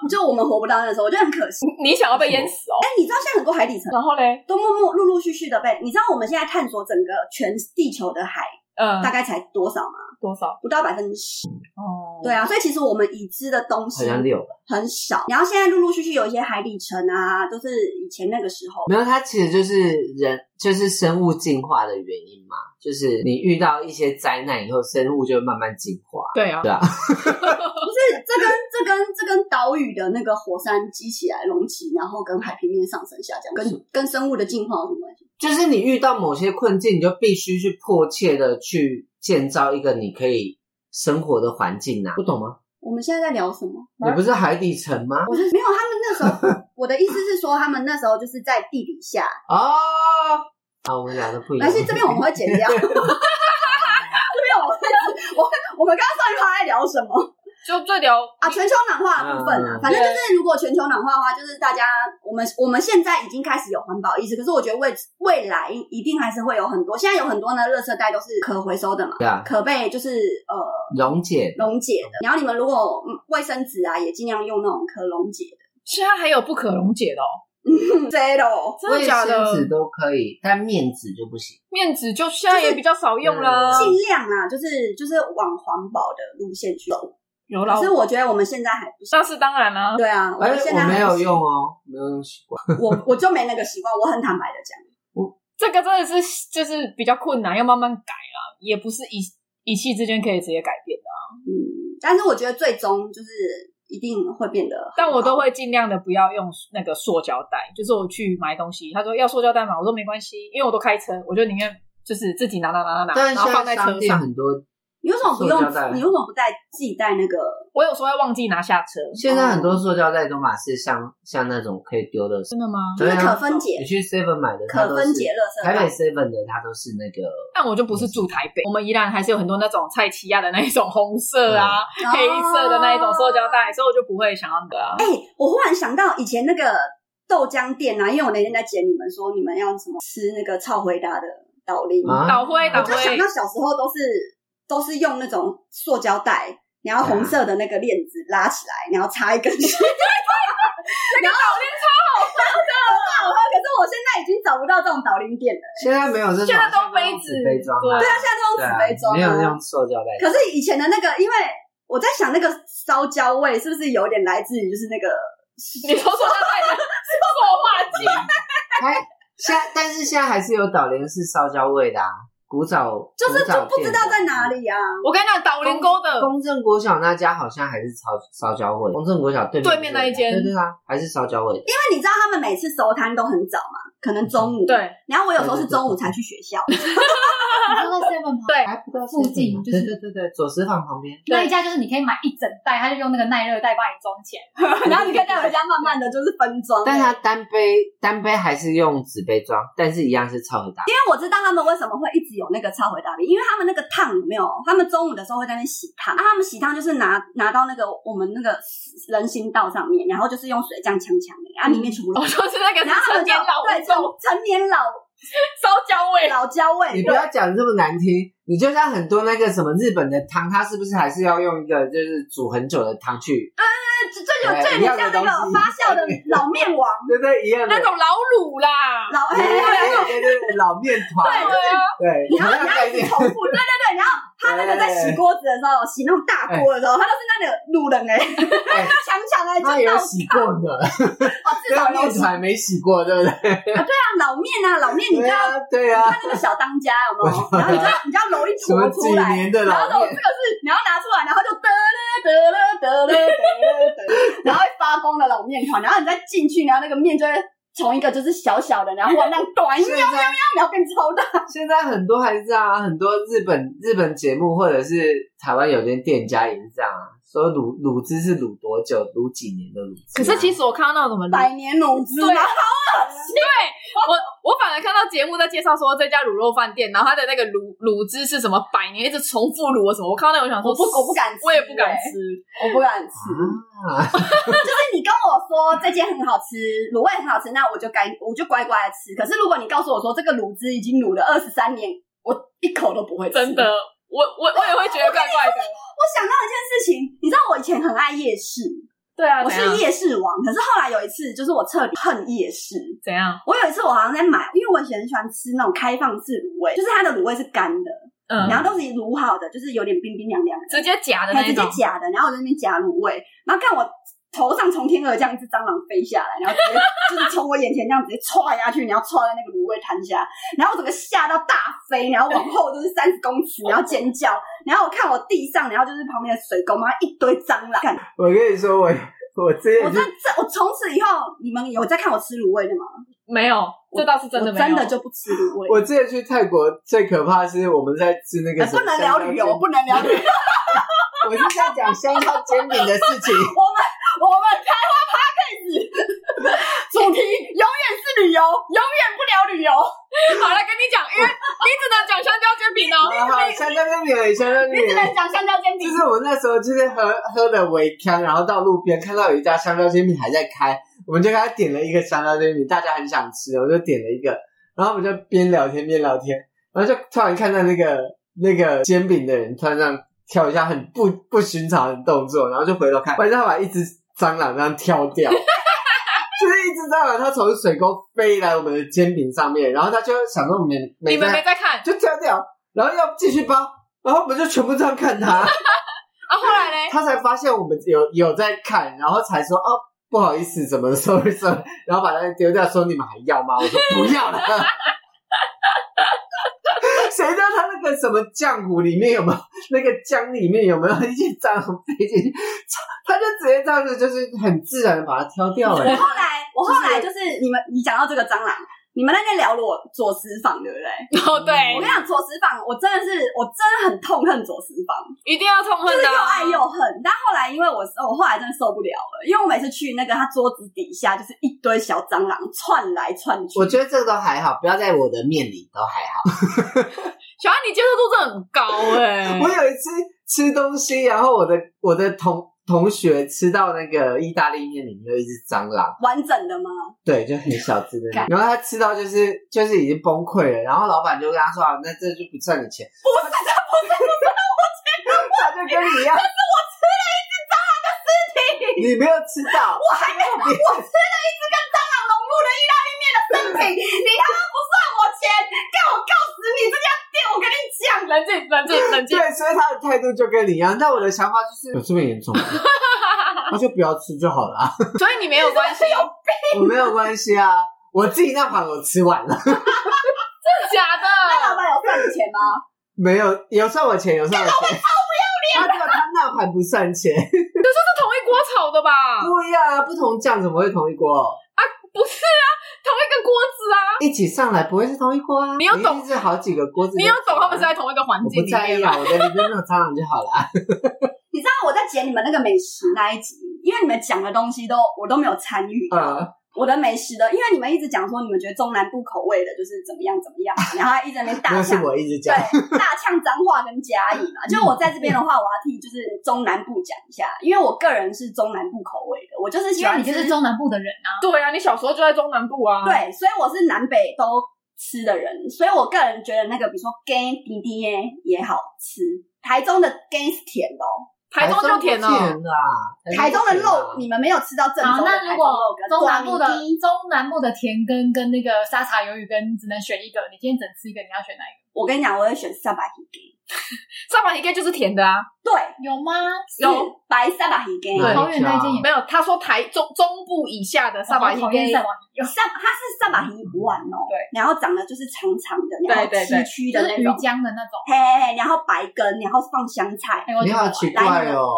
B: 就我们活不到那个时候，我觉得很可惜。
A: 你想要被淹死哦。
B: 哎，你知道现在很多海底层
A: 然后嘞，
B: 都默默陆陆续续的被，你知道我们现在探索整个全地球的海
A: 嗯，
B: 大概才多少吗？
A: 多少？
B: 不到百分之十。
A: 哦，
B: 对啊，所以其实我们已知的东
C: 好
B: 西
C: 像六吧，
B: 很少，然后现在陆陆续续有一些海底城啊，都是以前那个时候。
C: 没有，它其实就是人，就是生物进化的原因嘛，就是你遇到一些灾难以后，生物就会慢慢进化。
A: 对啊，
C: 对啊，
B: 不是，这跟这跟这跟岛屿的那个火山激起来隆起，然后跟海平面上升下降，跟跟生物的进化有什么关系？
C: 就是你遇到某些困境，你就必须去迫切的去建造一个你可以生活的环境呐、不懂吗？
B: 我们现在在聊什么？
C: 你不是海底城吗？
B: 我是没有，他们那时候，我的意思是说，他们那时候就是在地底下，
C: 哦，啊，我们聊的不一样。
B: 但是这边我们会剪掉。这 边我们我我们刚刚上一趴在聊什么
A: 就最聊
B: 啊？全球暖化的部分啊，
C: 嗯
B: 反正就是如果全球暖化的话，就是大家我们我们现在已经开始有环保意识，可是我觉得未未来一定还是会有很多，现在有很多呢，热色带都是可回收的嘛，
C: 对啊，
B: 可被就是呃
C: 溶解
B: 溶解的。然后你们如果嗯卫生纸啊，也尽量用那种可溶解的。嗯
A: 现在还有不可溶解的哦，
B: Zero，
A: 真的假
C: 卫
A: 的
C: 生？纸都可以，但面纸就不行。
A: 面纸就现在也比较少用啦。
C: 就是
B: 尽量啊，就是就是往环保的路线去走。
A: 有啦
B: 可，是我觉得我们现在还不行。
A: 那是当然啦、
B: 对啊，
C: 哎
B: 们现，在
C: 我
B: 还
C: 没
B: 不
C: 有
B: 行
C: 用，哦，没有用习惯。
B: 我我就没那个习惯。我很坦白的讲，
A: 这个真的是就是比较困难，要慢慢改啦，也不是一一气之间可以直接改变的啊。
B: 嗯，但是我觉得最终就是一定会变得很好，
A: 但我都会尽量的不要用那个塑胶袋，就是我去买东西，他说要塑胶袋嘛，我说没关系，因为我都开车，我就宁愿就是自己拿拿拿拿拿，
C: 但
A: 然
C: 是
A: 后
C: 现
A: 放
C: 在
A: 在车
C: 商店
A: 上。
C: 很多
B: 你为什么不用
C: 塑胶袋？
B: 你为什么不带自己带那个？
A: 我有时候会忘记拿下车，
C: 现在很多塑胶袋都嘛是像像那种可以丢的，
A: 真的吗？
B: 就
C: 对
B: 是可
C: 啊，
B: 分解
C: 你、去 Seven 买的，它
B: 可
C: 都
B: 分
C: 是
B: 解垃圾
C: 台
B: 袋。
C: 北 Seven 的它都是那个
A: 但我就不是住台
B: 哦
A: 北，我们宜兰还是有很多那种菜奇亚的那一种红色啊、
B: 哦
A: 黑色的那一种塑胶袋，所以我就不会想要拿啊。
B: 哎、我忽然想到以前那个豆浆店啊，因为我那天在剪你们说你们要什么吃那个超回答的倒立，
C: 啊，
A: 倒灰
B: 我
A: 倒
B: 就想
A: 灰
B: 到，小时候都是都是用那种塑胶袋，然后红色的那个链子拉起来，然后插一 根须。然后 超好喝的，很好喝。可是我现在已经找不到这种导林店了，
C: 现在没有这种，
A: 现在都
C: 在
A: 杯子
C: 纸杯装啊
A: 对
B: 它现在都用
C: 对
B: 纸
C: 啊
B: 杯装、啊，
C: 没有用塑胶袋。
B: 可是以前的那个，因为我在想那个烧焦味是不是有点来自于就是那个
A: 你说塑胶袋 的塑化剂，
C: 还现在但是现在还是有导联是烧焦味的啊，古早
B: 就是就不知道在哪
C: 里。
B: 里啊？
A: 我跟你讲，导林沟的
C: 公正国小那家好像还是烧烧焦味，公正国小对面
A: 对面那一间
C: 对对啊，还是烧焦味的。
B: 因为你知道他们每次收摊都很早嘛，可能中午。。
A: 对
B: 然后我有时候是中午才去学校，
D: 你说在 seven 旁
A: 对
C: 还不到
D: 附近
C: 7-Eleven
D: 就是
C: 对对对对，左石坊旁边。
D: 那一家就是你可以买一整袋，他就用那个耐热袋帮你装起来。
B: 然后你可以带回家，慢慢的就是分装。因
C: 但它单杯单杯还是用纸杯装，但是一样是超很大。
B: 为我知道他们为什么会一直有那个超回大饼，因为他们那个烫有没有？他们中午的时候会在那边洗烫，啊，他们洗烫就是拿拿到那个我们那个人行道上面，然后就是用水这样呛呛的，啊然后里面全部都
C: 嗯
A: 我
B: 是，
A: 就是那个
B: 然后他
A: 成
B: 们就
A: 年老
B: 对成
A: 臭
B: 成年老
A: 烧焦味，
B: 老焦味，
C: 你不要讲这么难听，你就像很多那个什么日本的汤，它是不是还是要用一个就是煮很久的汤去？
B: 这这有
C: 对
B: 这
C: 一
B: 有
C: 样的
B: 像那个
C: 东西
B: 发 酵的老面王
C: 对对，一样的
A: 那。种老卤啦，
B: 老
C: 对
B: 嘿嘿
C: 对
B: 嘿
C: 对对对，老面团，
A: 对啊，
C: 对，
B: 你要
C: 同样
B: 你要
C: 概
B: 一直
C: 念。
B: 重复，对对对，然后他那个在洗锅子的时候，洗那种大锅的时候，他都是那个路人哎，
C: 哎
B: 强强哎，
C: 他
B: 就到
C: 有洗过的，
B: 哦，至
C: 对
B: 少
C: 啊，
B: 有
C: 面
B: 洗
C: 团没洗过，对不对？
B: 啊，老面啊，老面，你知
C: 对
B: 道
C: 啊，对
B: 他
C: 啊，
B: 那个小当家有没有？然后你知道你知道揉一
C: 什
B: 坨
C: 么几
B: 出来，
C: 年的
B: 然后
C: 老
B: 我
C: 面
B: 这，个是你要拿出来，然后就得了得了得了得了得了，然后会发光的老面团，然后你再进去，然后那个面就会从一个就是小小的，然后往那样短一
C: 现
B: 秒，
C: 在
B: 然后变超大，
C: 现在很多还是这样啊，很多日本日本节目或者是台湾有间店家也是这样啊，说卤卤汁是卤多久，卤几年的卤汁啊。
A: 可是其实我看到那种什么卤
B: 百年卤汁
A: 对
B: 嘛。
A: 我我反而看到节目在介绍说这家卤肉饭店，然后它的那个卤卤汁是什么百年一直重复卤的什么，我看到那个我想
B: 我
A: 说，
B: 不我不敢吃
A: 我也不敢
B: 欸
A: 吃。
B: 我不敢吃。
C: 啊，
B: 就是你跟我说这间很好吃，卤味很好吃，那我就该我就乖乖地吃。可是如果你告诉我说这个卤汁已经卤了二十三年，我一口都不会吃。
A: 真的，我我我也会觉得怪怪的。
B: 我想到一件事情，你知道我以前很爱夜市，
A: 对啊，
B: 我
A: 怎
B: 是
A: 样
B: 夜市王。可是后来有一次，就是我彻底恨夜市。
A: 怎样？
B: 我有一次我好像在买，因为我以前很喜欢吃那种开放式卤味，就是它的卤味是干的，
A: 嗯，
B: 然后都是卤好的，就是有点冰冰凉凉的。
A: 直接假的
B: 还
A: 那
B: 直
A: 一
B: 接
A: 种，
B: 假的，然后我在那边夹卤味，然后看我头上从天而降一只蟑螂飞下来，然后 直接就是从我眼前这样直接歘下去，然后歘在那个卤味摊下，然后我整个吓到大飞，然后往后就是三十公尺，然后尖叫，然后我看我地上，然后就是旁边的水沟嘛，一堆蟑螂，看
C: 我跟你说，我我之
B: 我
C: 前
B: 这
C: 去
B: 这我从此以后，你们有在看我吃卤味的吗？
A: 没有，这倒是真的
B: 我
A: 没有，
B: 真的就不吃卤味，
C: 我之前去泰国最可怕的是我们在吃那个
B: 呃
C: 什
B: 不
C: 么
B: 能聊旅游，不能聊旅游，
C: 我是在讲香蕉煎饼的事情。
B: 我们我们开花 p a c k a 主题永远是旅游，永远不聊旅游。
A: 好了，跟你讲，因为你只能讲香蕉煎饼哦。
C: 好好，香蕉煎饼，香蕉煎
B: 你只能
C: 饼。
B: 讲香蕉煎饼
C: 就。是我那时候就是喝喝了微康，然后到路边看到有一家香蕉煎饼还在开，我们就给他点了一个香蕉煎饼，大家很想吃，我就点了一个，然后我们就边聊天边聊天，然后就突然看到那个那个煎饼的人突然这样跳一下很不不寻常的动作，然后就回头看，发现他把一只蟑螂这样挑掉。 就是一只蟑螂，它从水沟飞来我们的煎饼上面，然后它就想说我们没
A: 你们
C: 在
A: 没在看 啊？
C: 就挑掉，然后要继续包，然后我们就全部这样看他，
A: 啊后来嘞，
C: 他才发现我们有有在看，然后才说哦不好意思，怎么 sorry sorry，然后把它丢掉，说你们还要吗？我说不要了。 谁知道他那个什么浆糊里面有没有那个浆里面有没有一些蟑螂飞进去？他就直接 这样子，就是很自然的把它挑掉了。
B: 后来，我后来就是你们，你讲到这个蟑螂，你们那天聊了我左石坊，对不对？
A: 哦，对
B: 我跟，你讲，左石坊，我真的是，我真的很痛恨左石坊，
A: 一定要
B: 就
A: 痛恨
B: 是
A: 的
B: 又
A: 啊，
B: 爱又恨。但后来因为我哦我后来真的受不了了，因为我每次去那个他桌子底下就是一堆小蟑螂窜来窜去，
C: 我觉得这个都还好，不要在我的面里都还好。
A: 小安，你接受度真的很高哎、
C: 我有一次吃东西，然后我的我的同同学吃到那个意大利面里面有一只蟑螂，
B: 完整的吗？
C: 对，就很小只的那
D: 干
C: 种，然后他吃到就是就是已经崩溃了，然后老板就跟他说：“啊，那这就不算你钱。”不是，不是，不是，我钱，他就跟你一样，可是我吃了一只蟑螂的尸体，你没有吃到，
B: 我还没有，我吃了一只跟蟑螂融入的意大利面的赠 品，你他妈不算我钱，给我告死你这家店！我跟你讲，
A: 冷静，冷静，冷静
C: 对。，所以他的态度就跟你一样。但我的想法就是有这么严重吗？ 那就不要吃就好了啊、
A: 所以你没有关系，
C: 我没有关系啊，我自己那盘我吃完了，
A: 假
B: 那老
A: 的。
B: 板有算你钱吗？
C: 没有有算我钱，有算我钱。他这个他那盘不算钱，
A: 是同一锅炒的吧？
C: 不一样啊！不同酱怎么会同一锅？
A: 不是啊，同一个锅子啊。
C: 一起上来不会是同一锅啊？
A: 你有懂
C: 一定是好几个锅子？
A: 你要懂他们是在同一个环
C: 我
A: 境
C: 不
A: 里
C: 在
A: 面
C: 意
A: 吗
C: 啊，？我在里面没有蟑螂就好了啊。
B: 你知道我在剪你们那个美食那一集，因为你们讲的东西都我都没有参与到。
C: 嗯，
B: 我的美食的，因为你们一直讲说你们觉得中南部口味的就是怎么样怎么样，然后一直在那边大
C: 那是
B: 呛，
C: 我一直
B: 对
C: 讲，
B: 大呛脏话跟嘉义嘛。就我在这边的话，我要替就是中南部讲一下，因为我个人是中南部口味的，我就是喜
D: 因为
B: 欢
D: 你就是
B: 吃
D: 中南部的人啊，
A: 对啊，你小时候就在中南部啊。，
B: 对，所以我是南北都吃的人，所以我个人觉得那个比如说干滴滴耶也好吃，台中的干是甜的哦，
A: 台中就甜
C: 甜
A: 哦。
C: 啊，
B: 台中的
C: 就甜啊
B: 肉你们没有吃到正
D: 好，
B: 宗的
D: 那
B: 台
D: 如
B: 中
D: 果
B: 肉跟
D: 中南部的
B: 抓米滴
D: 中南部的甜羹跟那个沙茶鱿鱼羹只能选一个，你今天只能吃一个，你要选哪一
B: 我跟你讲，我会选三百鱼羹，
A: 上海应该就是甜的啊。
B: 对，
D: 个？有吗？
C: 嗯
A: 有
B: 是白三百鱼羹。
C: 啊对
D: 桃园那间也
A: 没有，他说台中中部以下的上
D: 我
A: 海应
D: 好讨厌
A: 该
D: 上网
B: 有上，它是上把鱼丸哦，
A: 对，
B: 然后长得就是长长的，然后
A: 对对对
B: 崎岖
D: 就
B: 的
D: 是
B: 那
D: 鱼
B: 种，
D: 浆的那种。
B: 嘿嘿嘿，然后白根，然后放香菜，
D: 哎我觉
C: 你
D: 得
C: 好奇怪
B: 来
C: 哦，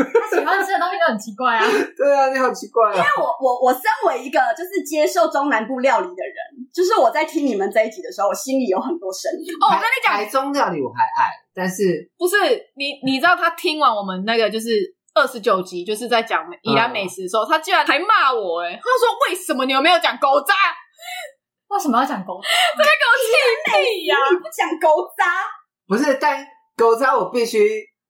D: 他喜欢吃的东西都很奇怪啊。
C: 对啊，你好奇怪哦。
B: 我我我身为一个就是接受中南部料理的人，就是我在听你们这一集的时候，我心里有很多声音。
A: 哦，我跟你
C: 台
A: 讲，
C: 中料理我还爱，但是
A: 不是你，你知道他听完我们那个就是。二十九集就是在讲美宜兰美食的时候，他竟然还骂我哎、他说为什么你们没有讲狗渣？
D: 为什么要讲狗？
A: 这个我气屁呀、
B: 你不讲狗杂，
C: 不是？但狗渣我必须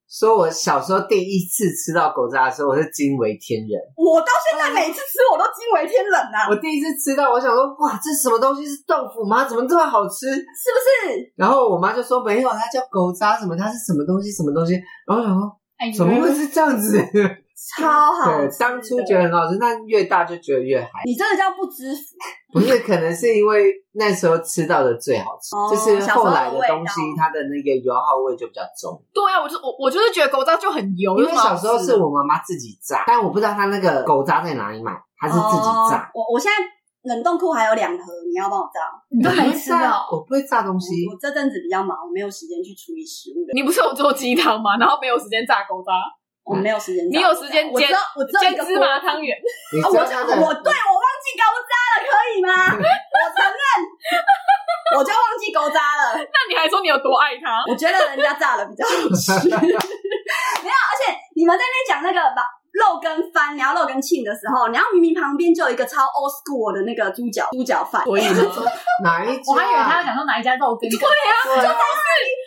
C: 说，我小时候第一次吃到狗渣的时候，我是惊为天人。
B: 我到现在每次吃我都惊为天人啊呐、
C: 嗯我第一次吃到，我想说，哇，这什么东西是豆腐吗？怎么这么好吃？
B: 是不是？
C: 然后我妈就说没有，它啊叫狗渣，什么它是什么东西，什么东西。然后我想说，
D: 哎呦，
C: 怎么会是这样 子？对，
B: 超好吃的
C: 当初觉得很好吃，但越大就觉得越还
B: 你真的叫不知福，
C: 不是，可能是因为那时候吃到的最好吃，
B: 哦
C: 就是后来的
B: 小时候的
C: 东西
B: 味道
C: 它的那个油耗味就比较重。
A: 对啊，我就我我就是觉得狗渣就很油，
C: 因为小时候
A: 有什么好吃
C: 是
A: 的
C: 我妈妈自己炸，但我不知道她那个狗渣在哪里买，她是自己炸
B: 哦。我我现在冷冻库还有两盒，你要帮我炸？
D: 你都
C: 我不
D: 没
C: 会
D: 吃哦
C: 炸
D: 到？
C: 我不会炸东西，
B: 我我这阵子比较忙，我没有时间去处理食物的，
A: 你不是有做鸡汤吗？然后没有时间炸狗渣，
B: 我没有时间炸。
A: 你有时间
B: 我知
A: 煎
B: 道，我知道一
A: 煎
B: 个
A: 芝麻汤圆。
C: 你
B: 哦
C: 知
B: 我
C: 道
B: 想
C: 她
B: 我对我忘
C: 的
B: 记勾渣了，可以 吗？我承认，我就忘记勾渣了。
A: 那你还说你有多爱他？
B: 我觉得人家炸了比较好吃。 没有，而且你们在那边讲那个吧。肉跟饭，聊肉跟庆的时候，然后明明旁边就有一个超 old school 的那个猪脚猪脚饭，
A: 所以呢，
C: 哪一家？
D: 我还以为他要讲说哪一家肉羹，对，
C: 对啊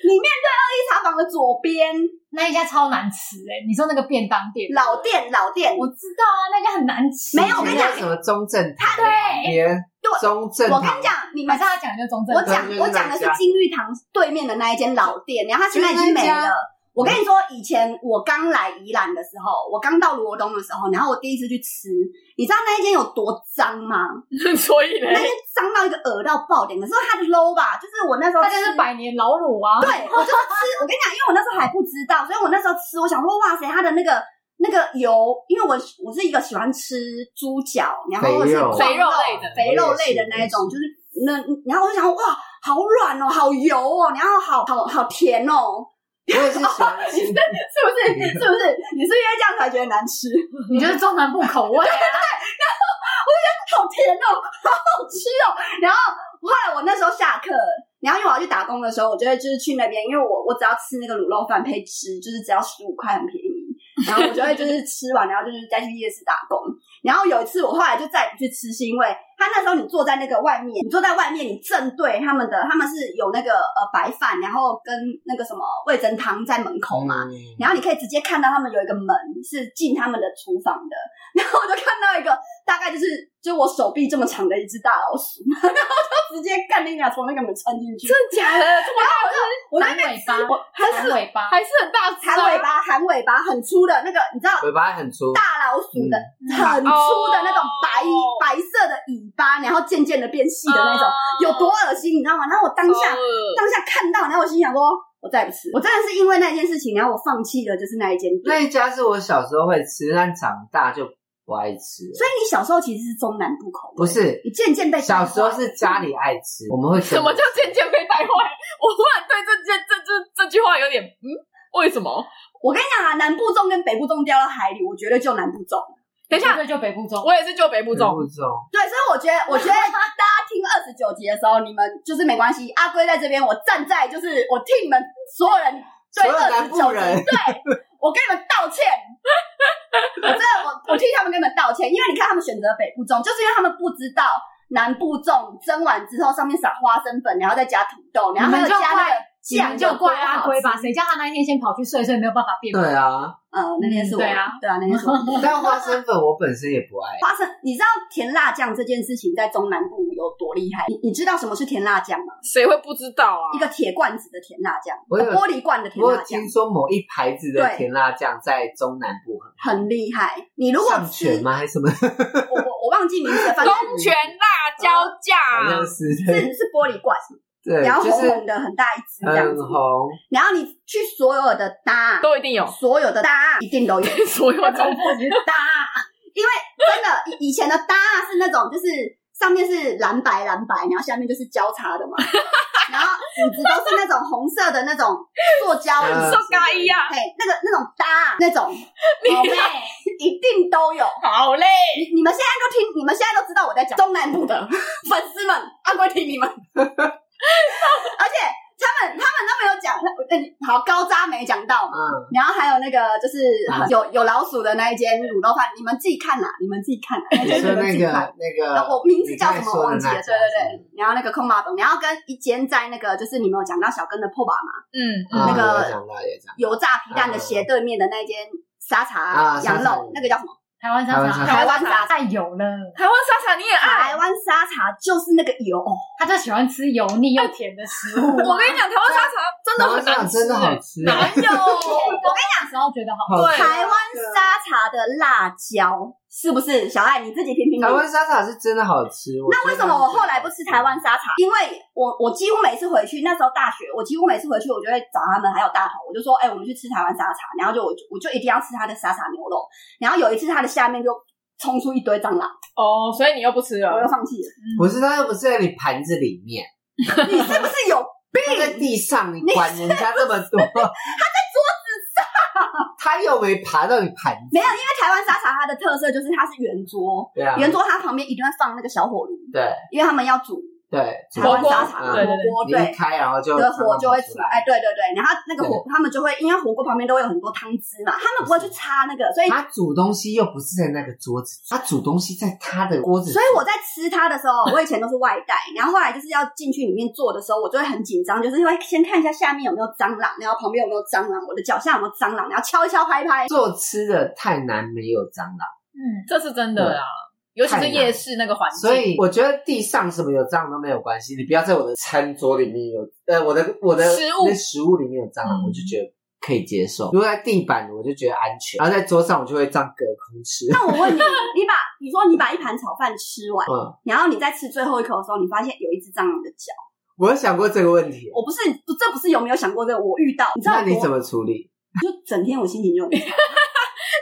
B: 你面对二一茶坊的左边
D: 那一家超难吃哎。你说那个便当店，
B: 老店老店，
D: 我知道啊，那家很难吃。
B: 没有我跟你讲
C: 以前什么中正堂
D: 对
C: 旁边，
B: 对
C: 中正
B: 我
C: 堂
B: 跟你，讲，你
D: 马
B: 们
D: 上要讲就中正
B: 我
D: 堂，
B: 讲我讲的是金玉堂对面的那一间老店，然后它现在已经没
C: 就是那一
B: 了。我跟你说，以前我刚来宜兰的时候，我刚到罗东的时候，然后我第一次去吃，你知道那一间有多脏吗？
A: 所以呢，
B: 那间脏到一个恶到爆点，可是它的 low 吧，就是我那时候
D: 他
B: 吃
D: 就是百年老卤啊。
B: 对，我就是吃。我跟你讲，因为我那时候还不知道，所以我那时候吃，我想说，哇塞，它的那个那个油，因为我我是一个喜欢吃猪脚，然后或者是
C: 肥肉
B: 矿
A: 肥肉类的
B: 肥肉类的那一种，就是那，然后我就想，哇，好软哦，好油哦，然后好好好甜哦，
C: 我也是喜欢 吃
B: 是不是？是不是？你是不是因为这样才觉得难吃？
D: 你就是中南部口味啊，
B: 好天的肉好好吃哦。然后后来我那时候下课，然后因为我要去打工的时候，我就会就是去那边，因为我我只要吃那个卤肉饭配吃，就是只要十五块，很便宜。然后我就会就是吃完，然后就是再去夜市打工。然后有一次我后来就再也不去吃，是因为他那时候你坐在那个外面，你坐在外面，你正对他们的，他们是有那个呃白饭，然后跟那个什么味噌汤在门口嘛。
C: 啊
B: 然后你可以直接看到他们有一个门是进他们的厨房的， 然后我就看到一个大概就是就我手臂这么长的一只大老鼠， 然后就直接干你俩从那个门穿进去，
A: 真的假的？这么
B: 我在
D: 含
B: 那边
D: 尾巴，
B: 我
D: 含尾巴，
A: 还是很大只啊，
B: 含尾巴，含尾巴很粗的那个，你知道
C: 尾巴很粗，
B: 大老鼠的、
D: 嗯
B: 很粗的那种白、
A: 哦
B: 白色的尾巴，然后渐渐的变细的那种，
A: 哦
B: 有多恶心，你知道吗？然后我当下、
A: 好恶
B: 当下看到，然后我心想说，我再也不吃。我真的是因为那件事情，然后我放弃了就是那一间店。
C: 那一家是我小时候会吃，但长大就不爱吃了。
B: 所以你小时候其实是中南部口味，
C: 不是
B: 你渐渐被
C: 小时候是家里爱吃，我们会
A: 什
C: 什
A: 么叫渐渐被带坏？我突然对这件这这这句话有点嗯，为什么？
B: 我跟你讲啊，南部粽跟北部粽掉到海里，我觉得就南部粽。
A: 等一下，
D: 这就北部中，
A: 我也是就北部
C: 不
A: 粽，
B: 对，所以我觉得，我觉得大家听二十九集的时候，你们就是没关系。阿龟在这边，我站在就是我替你们所有人对
C: 所有
B: 二十
C: 南
B: 九
C: 部
B: 集，
C: 人
B: 对我跟你们道歉。我真的，我我替他们跟你们道歉，因为你看他们选择北部粽，就是因为他们不知道南部粽蒸完之后上面撒花生粉，然后再加土豆，然后还有
D: 你们就
B: 加那个
D: 你
B: 酱
D: 们
B: 油，啊
D: 就怪
B: 多
D: 阿
B: 好
D: 龟吧，
B: 吃
D: 谁叫他那一天先跑去睡，所以没有办法变
C: 对 啊，
B: 呃，那天是
D: 嗯
B: 我，
D: 对啊，
B: 对啊，那 天是我。
C: 但花生粉我本身也不爱，
B: 花生，你知道甜辣酱这件事情在中南部有多厉害？你你知道什么是甜辣酱吗？
A: 谁会不知道啊
B: 一？个铁罐子的甜辣酱，
C: 我有
B: 玻璃罐的甜
C: 我
B: 辣
C: 有
B: 酱
C: 听说某一牌子的
B: 对
C: 甜辣酱在中南部很
B: 很厉害。你如果
C: 上
B: 吃，
C: 全吗？还是什么？
B: 我我我忘记名字了，反正
A: 东泉辣椒
C: 好像
A: 酱，
C: 是
B: 是
C: 对
B: 是玻璃罐，
C: 对，
B: 然后
C: 就
B: 红
C: 是
B: 啊
C: 嗯
B: 红的很大一只这样
C: 很
B: 子。
C: 红，
B: 然后你去所有的搭，
A: 都一定有，
B: 所有的搭一定都 有
A: 所有
D: 要
A: 都
D: 重复你
B: 搭，因为真的以以前的搭是那种就是上面是蓝白蓝白，然后下面就是交叉 的嘛，然后椅子都是那种红色的那种塑胶椅
C: 嗯
A: 受嘎一呀，
B: 嘿，哎那个那种搭啊那 种哦
D: 宝贝，
B: 一定都有。
A: 好嘞，
B: 你你们现在都听，你们现在都知道我在讲中南部的粉丝们，阿龟听你们。 而且他们他们都没有讲，那好高渣没讲到嘛。
C: 嗯，
B: 然后还有那个就是
C: 啊
B: 有有老鼠的那一间卤肉饭，你们自己看啦，你们自己看啦，那
C: 你
B: 间
C: 说
B: 你们自己
C: 那
B: 看。
C: 个那
B: 然
C: 个，
B: 后我名字叫什么我忘记了，
C: 你
B: 对
C: 刚才说的那
B: 对对。然后那个空马桶，然后跟一间在那个就是你们有讲到小根的破把嘛，
A: 嗯，
C: 啊
B: 那个
C: 有讲到也讲
B: 油炸皮蛋的斜对面的那间沙茶
C: 啊
B: 羊
C: 沙茶
B: 肉，那个叫什么？
D: 台湾
C: 台
D: 沙
C: 湾
D: 茶，
C: 沙
B: 茶
D: 太油了，
A: 台湾莎莎你
C: 啊
A: 也爱。
B: 台湾沙茶就是那个油，哦
D: 他就喜欢吃油腻又甜的食 物。
A: 我跟你讲，台湾莎莎真的很难吃，欸
C: 真的
B: 欸
C: 好吃啊
A: 哪 有？
D: 我跟你讲，时候觉得好，
C: 好
A: 对
B: 台湾沙茶的辣椒是不是？小爱你自己评评理
C: 台。湾沙茶是真的好吃，
B: 那
C: 那
B: 为什么我后来不吃台湾沙茶？因为我我几乎每次回去，那时候大学，我几乎每次回去，我就会找他们还有大头，我就说，哎、我们去吃台湾沙茶，然后就我就我就一定要吃他的沙茶牛肉。然后有一次，他的下面就冲出一堆蟑螂，
A: 哦，所以你又不吃
B: 我又
A: 了？
B: 放弃了。
C: 不是，它又不是在你盘子里面，
B: 你是不是有
C: 它在地上，你管人家这么 多？它在桌子上，它又没爬到你盘子，
B: 没有？因为台湾沙茶它的特色就是它是圆桌，
C: 对啊，
B: 圆桌它旁边一定会放那个小火炉，
C: 对
B: 因为他们要煮
C: 对，
B: 台湾沙茶
C: 火锅
B: 火
A: 对对
B: 锅，
C: 你一
B: 对。
C: 开然后就
B: 的火就会
C: 出
B: 出
C: 来，
B: 哎，对对对，然后那个火他们就会，因为火锅旁边都会有很多汤汁嘛，他们不会去擦那个，所以
C: 他煮东西又不是在那个桌子，他煮东西在他的锅子煮，
B: 所以我在吃它的时候，我以前都是外带，然后后来就是要进去里面做的时候，我就会很紧张，就是因为先看一下下面有没有蟑螂，然后旁边有没有蟑螂，我的脚下有没有蟑螂，然后敲一敲拍一拍。
C: 做吃的太难，没有蟑螂，
D: 嗯，
A: 这是真的啦，尤其是夜市那个环境，
C: 所 以我觉得地上什么有蟑螂都没有关系，你不要在我的餐桌里面有，呃，我的我的
A: 食物
C: 那食物里面有蟑螂，
A: 嗯
C: 我就觉得可以接受。如果在地板，我就觉得安全，然后在桌上我就会这样隔空吃。
B: 那我问你，你把你说你把一盘炒饭吃完，
C: 嗯，
B: 然后你在吃最后一口的时候，你发现有一只蟑螂的脚，
C: 我有想过这个问题，
B: 我不是不这不是有没有想过这个？我遇到，你知道
C: 那
B: 我多
C: 你怎么处理？
B: 就整天我心情就很差。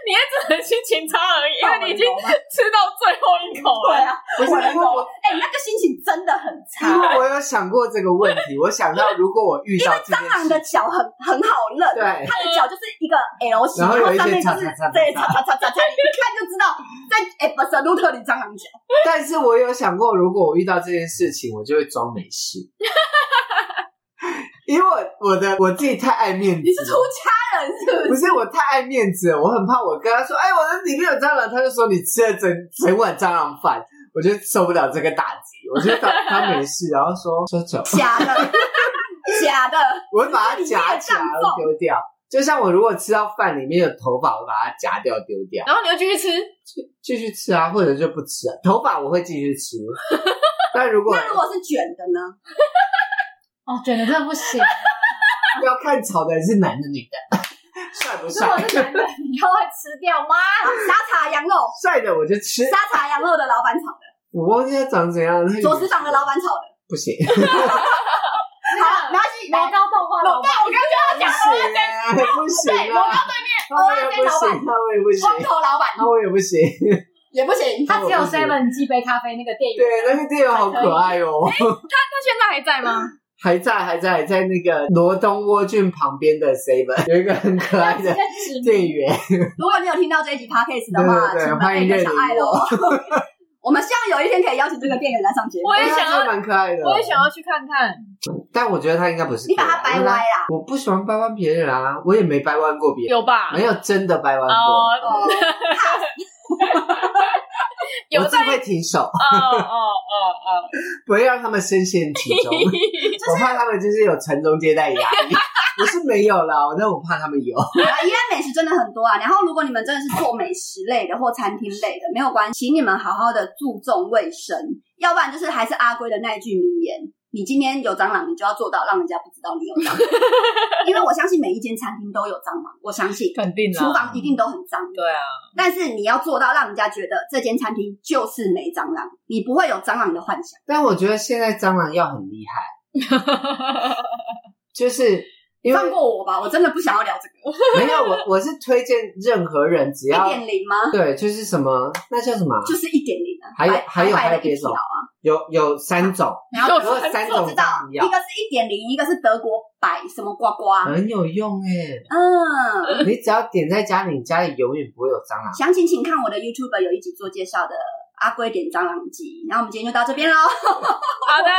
A: 你也只能心情差而已，因为你已经吃到最后一口
B: 对
A: 了。
B: 啊，
C: 不是
B: 我能
C: 因为
B: 够
C: 我，
B: 哎、那个心情真的很
C: 因
B: 差。
C: 为我有想过这个问题，我想到如果我遇到这
B: 蟑螂的
C: 件事，
B: 脚很很好认，
C: 对
B: 它的脚就是一个 L 型，
C: 然后有一些
B: 上面就是
C: 叉叉叉叉
B: 对叉叉叉叉叉，你一看就知道在 e p i s o d 特里蟑螂脚。
C: 但是我有想过，如果我遇到这件事情，我就会装没事， 因为我我的我自己太爱面子了，
B: 你是出家人是不是？
C: 不是我太爱面子了，我很怕我跟他说，哎，我的里面有蟑螂，他就说你吃了整整碗蟑螂饭，我就受不了这个打击，我就当他没事，然后说说走，
B: 假的，假的，
C: 我会把它
B: 你是
C: 夹
B: 孽
C: 起来
B: 障
C: 然后 丢掉。就像我如果吃到饭里面有头发，我把它夹掉丢掉，
A: 然后你又继续吃，
C: 继继续吃啊，或者就不吃啊。头发我会继续吃，但如果
B: 那如果是卷的呢？
D: 哦，卷的真的不 行。
C: 要看炒的是男的女的，帅不
D: 如果
C: 帅？
D: 是男的，你又会吃掉吗？
B: 沙茶羊肉，
C: 帅的我就吃，
B: 沙茶羊肉的老板炒的，
C: 我忘记他长怎样。
B: 左石坊的老板炒的。
C: 不行，
B: 好，没关系，
D: 老高动画老板，我刚
C: 不行啊，不行
D: 对
C: 啊！他
B: 我
C: 也
B: 要
C: 不
B: 跟老板
C: 行，他也不
B: 光
C: 行，
B: 头老板哦
C: 他也不行。
B: 也不行，
D: 他只有
C: 我不行
D: Seven 鸡杯咖啡那个店
C: 对
D: 员，，
C: 那个店员好可爱哦，
A: 那现在还在吗？
C: 还在，还在，在那个罗东窝郡旁边的 Seven 有一个很可爱的
D: 直接指
C: 店员。
B: 如果你有听到这一集 podcast 的话，
C: 对对对
B: 请分
C: 欢
B: 给
C: 迎
B: 你的小爱 喽
C: 认。
B: 我们希望有一天可以邀请这个店员来上节目
A: 我。也
C: 哎
A: 想
C: 他真的
A: 要，
C: 蛮可爱的，
A: 我也想要去看看。
C: 但我觉得他应该不是
B: 你把他
C: 他
B: 掰歪啦，
C: 我不喜欢掰弯别人啊，我也没掰弯过别人，
A: 有吧？
C: 没有真的掰弯过。
A: 哦，
B: 啊哦，
A: 有
C: 我自
A: 在
C: 己会停手，
A: 哦哦哦哦，
C: 不会让他们深陷其 中。我怕他们就是有传宗接代压力， 我是没有啦，但我怕他们有。
B: 啊，宜兰美食真的很多啊。然后，如果你们真的是做美食类的或餐厅类的，没有关系，请你们好好的注重卫生，要不然就是还是阿龟的那一句名言：你今天有蟑螂，你就要做到让人家不知道你有 蟑螂。因为我相信每一间餐厅都有蟑螂，我相信
A: 肯定
B: 厨
A: 啦。
B: 房一定都很脏。
A: 对啊，
B: 但是你要做到让人家觉得这间餐厅就是没蟑螂，你不会有蟑螂的幻想。
C: 但我觉得现在蟑螂药很厉害， 就是因为
B: 放过我吧，我真的不想要聊这个。
C: 没有我，我是推荐任何人只要
B: 一点零吗？
C: 对，就是什么那叫什么啊，
B: 就是一点零啊，
C: 还有
B: 白
C: 还有
B: 白白
C: 还有
B: 的一
C: 别
B: 匹
C: 种
B: 老啊。
C: 有有三种，
B: 然后
A: 有
C: 有三
B: 我
C: 种
B: 知道
C: 蟑，螂
B: 一
C: 药
B: 个是一点零，一个是德国白什么呱呱。
C: 很有用哎、
B: 嗯，
C: 你只要点在家里，你家里永远不会有蟑螂。
B: 详情请看我的 YouTube 有一集做介绍的《阿龟点蟑螂记》。然后我们今天就到这边喽，
A: 好的。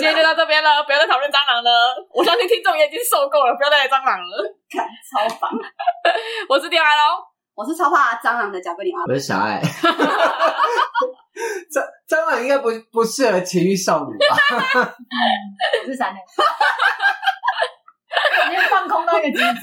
A: 今天就到这边了，不要再讨论蟑螂了。我相信听众也已经受够了，不要再来蟑螂了。
B: 看超烦。
A: 我是 D I 喽，
B: 我是超怕蟑螂的贾桂林阿龟。
C: 我是小爱， 蟑蟑螂应该不不适合情欲少女吧？
D: 我是闪电，你放空到一个极致。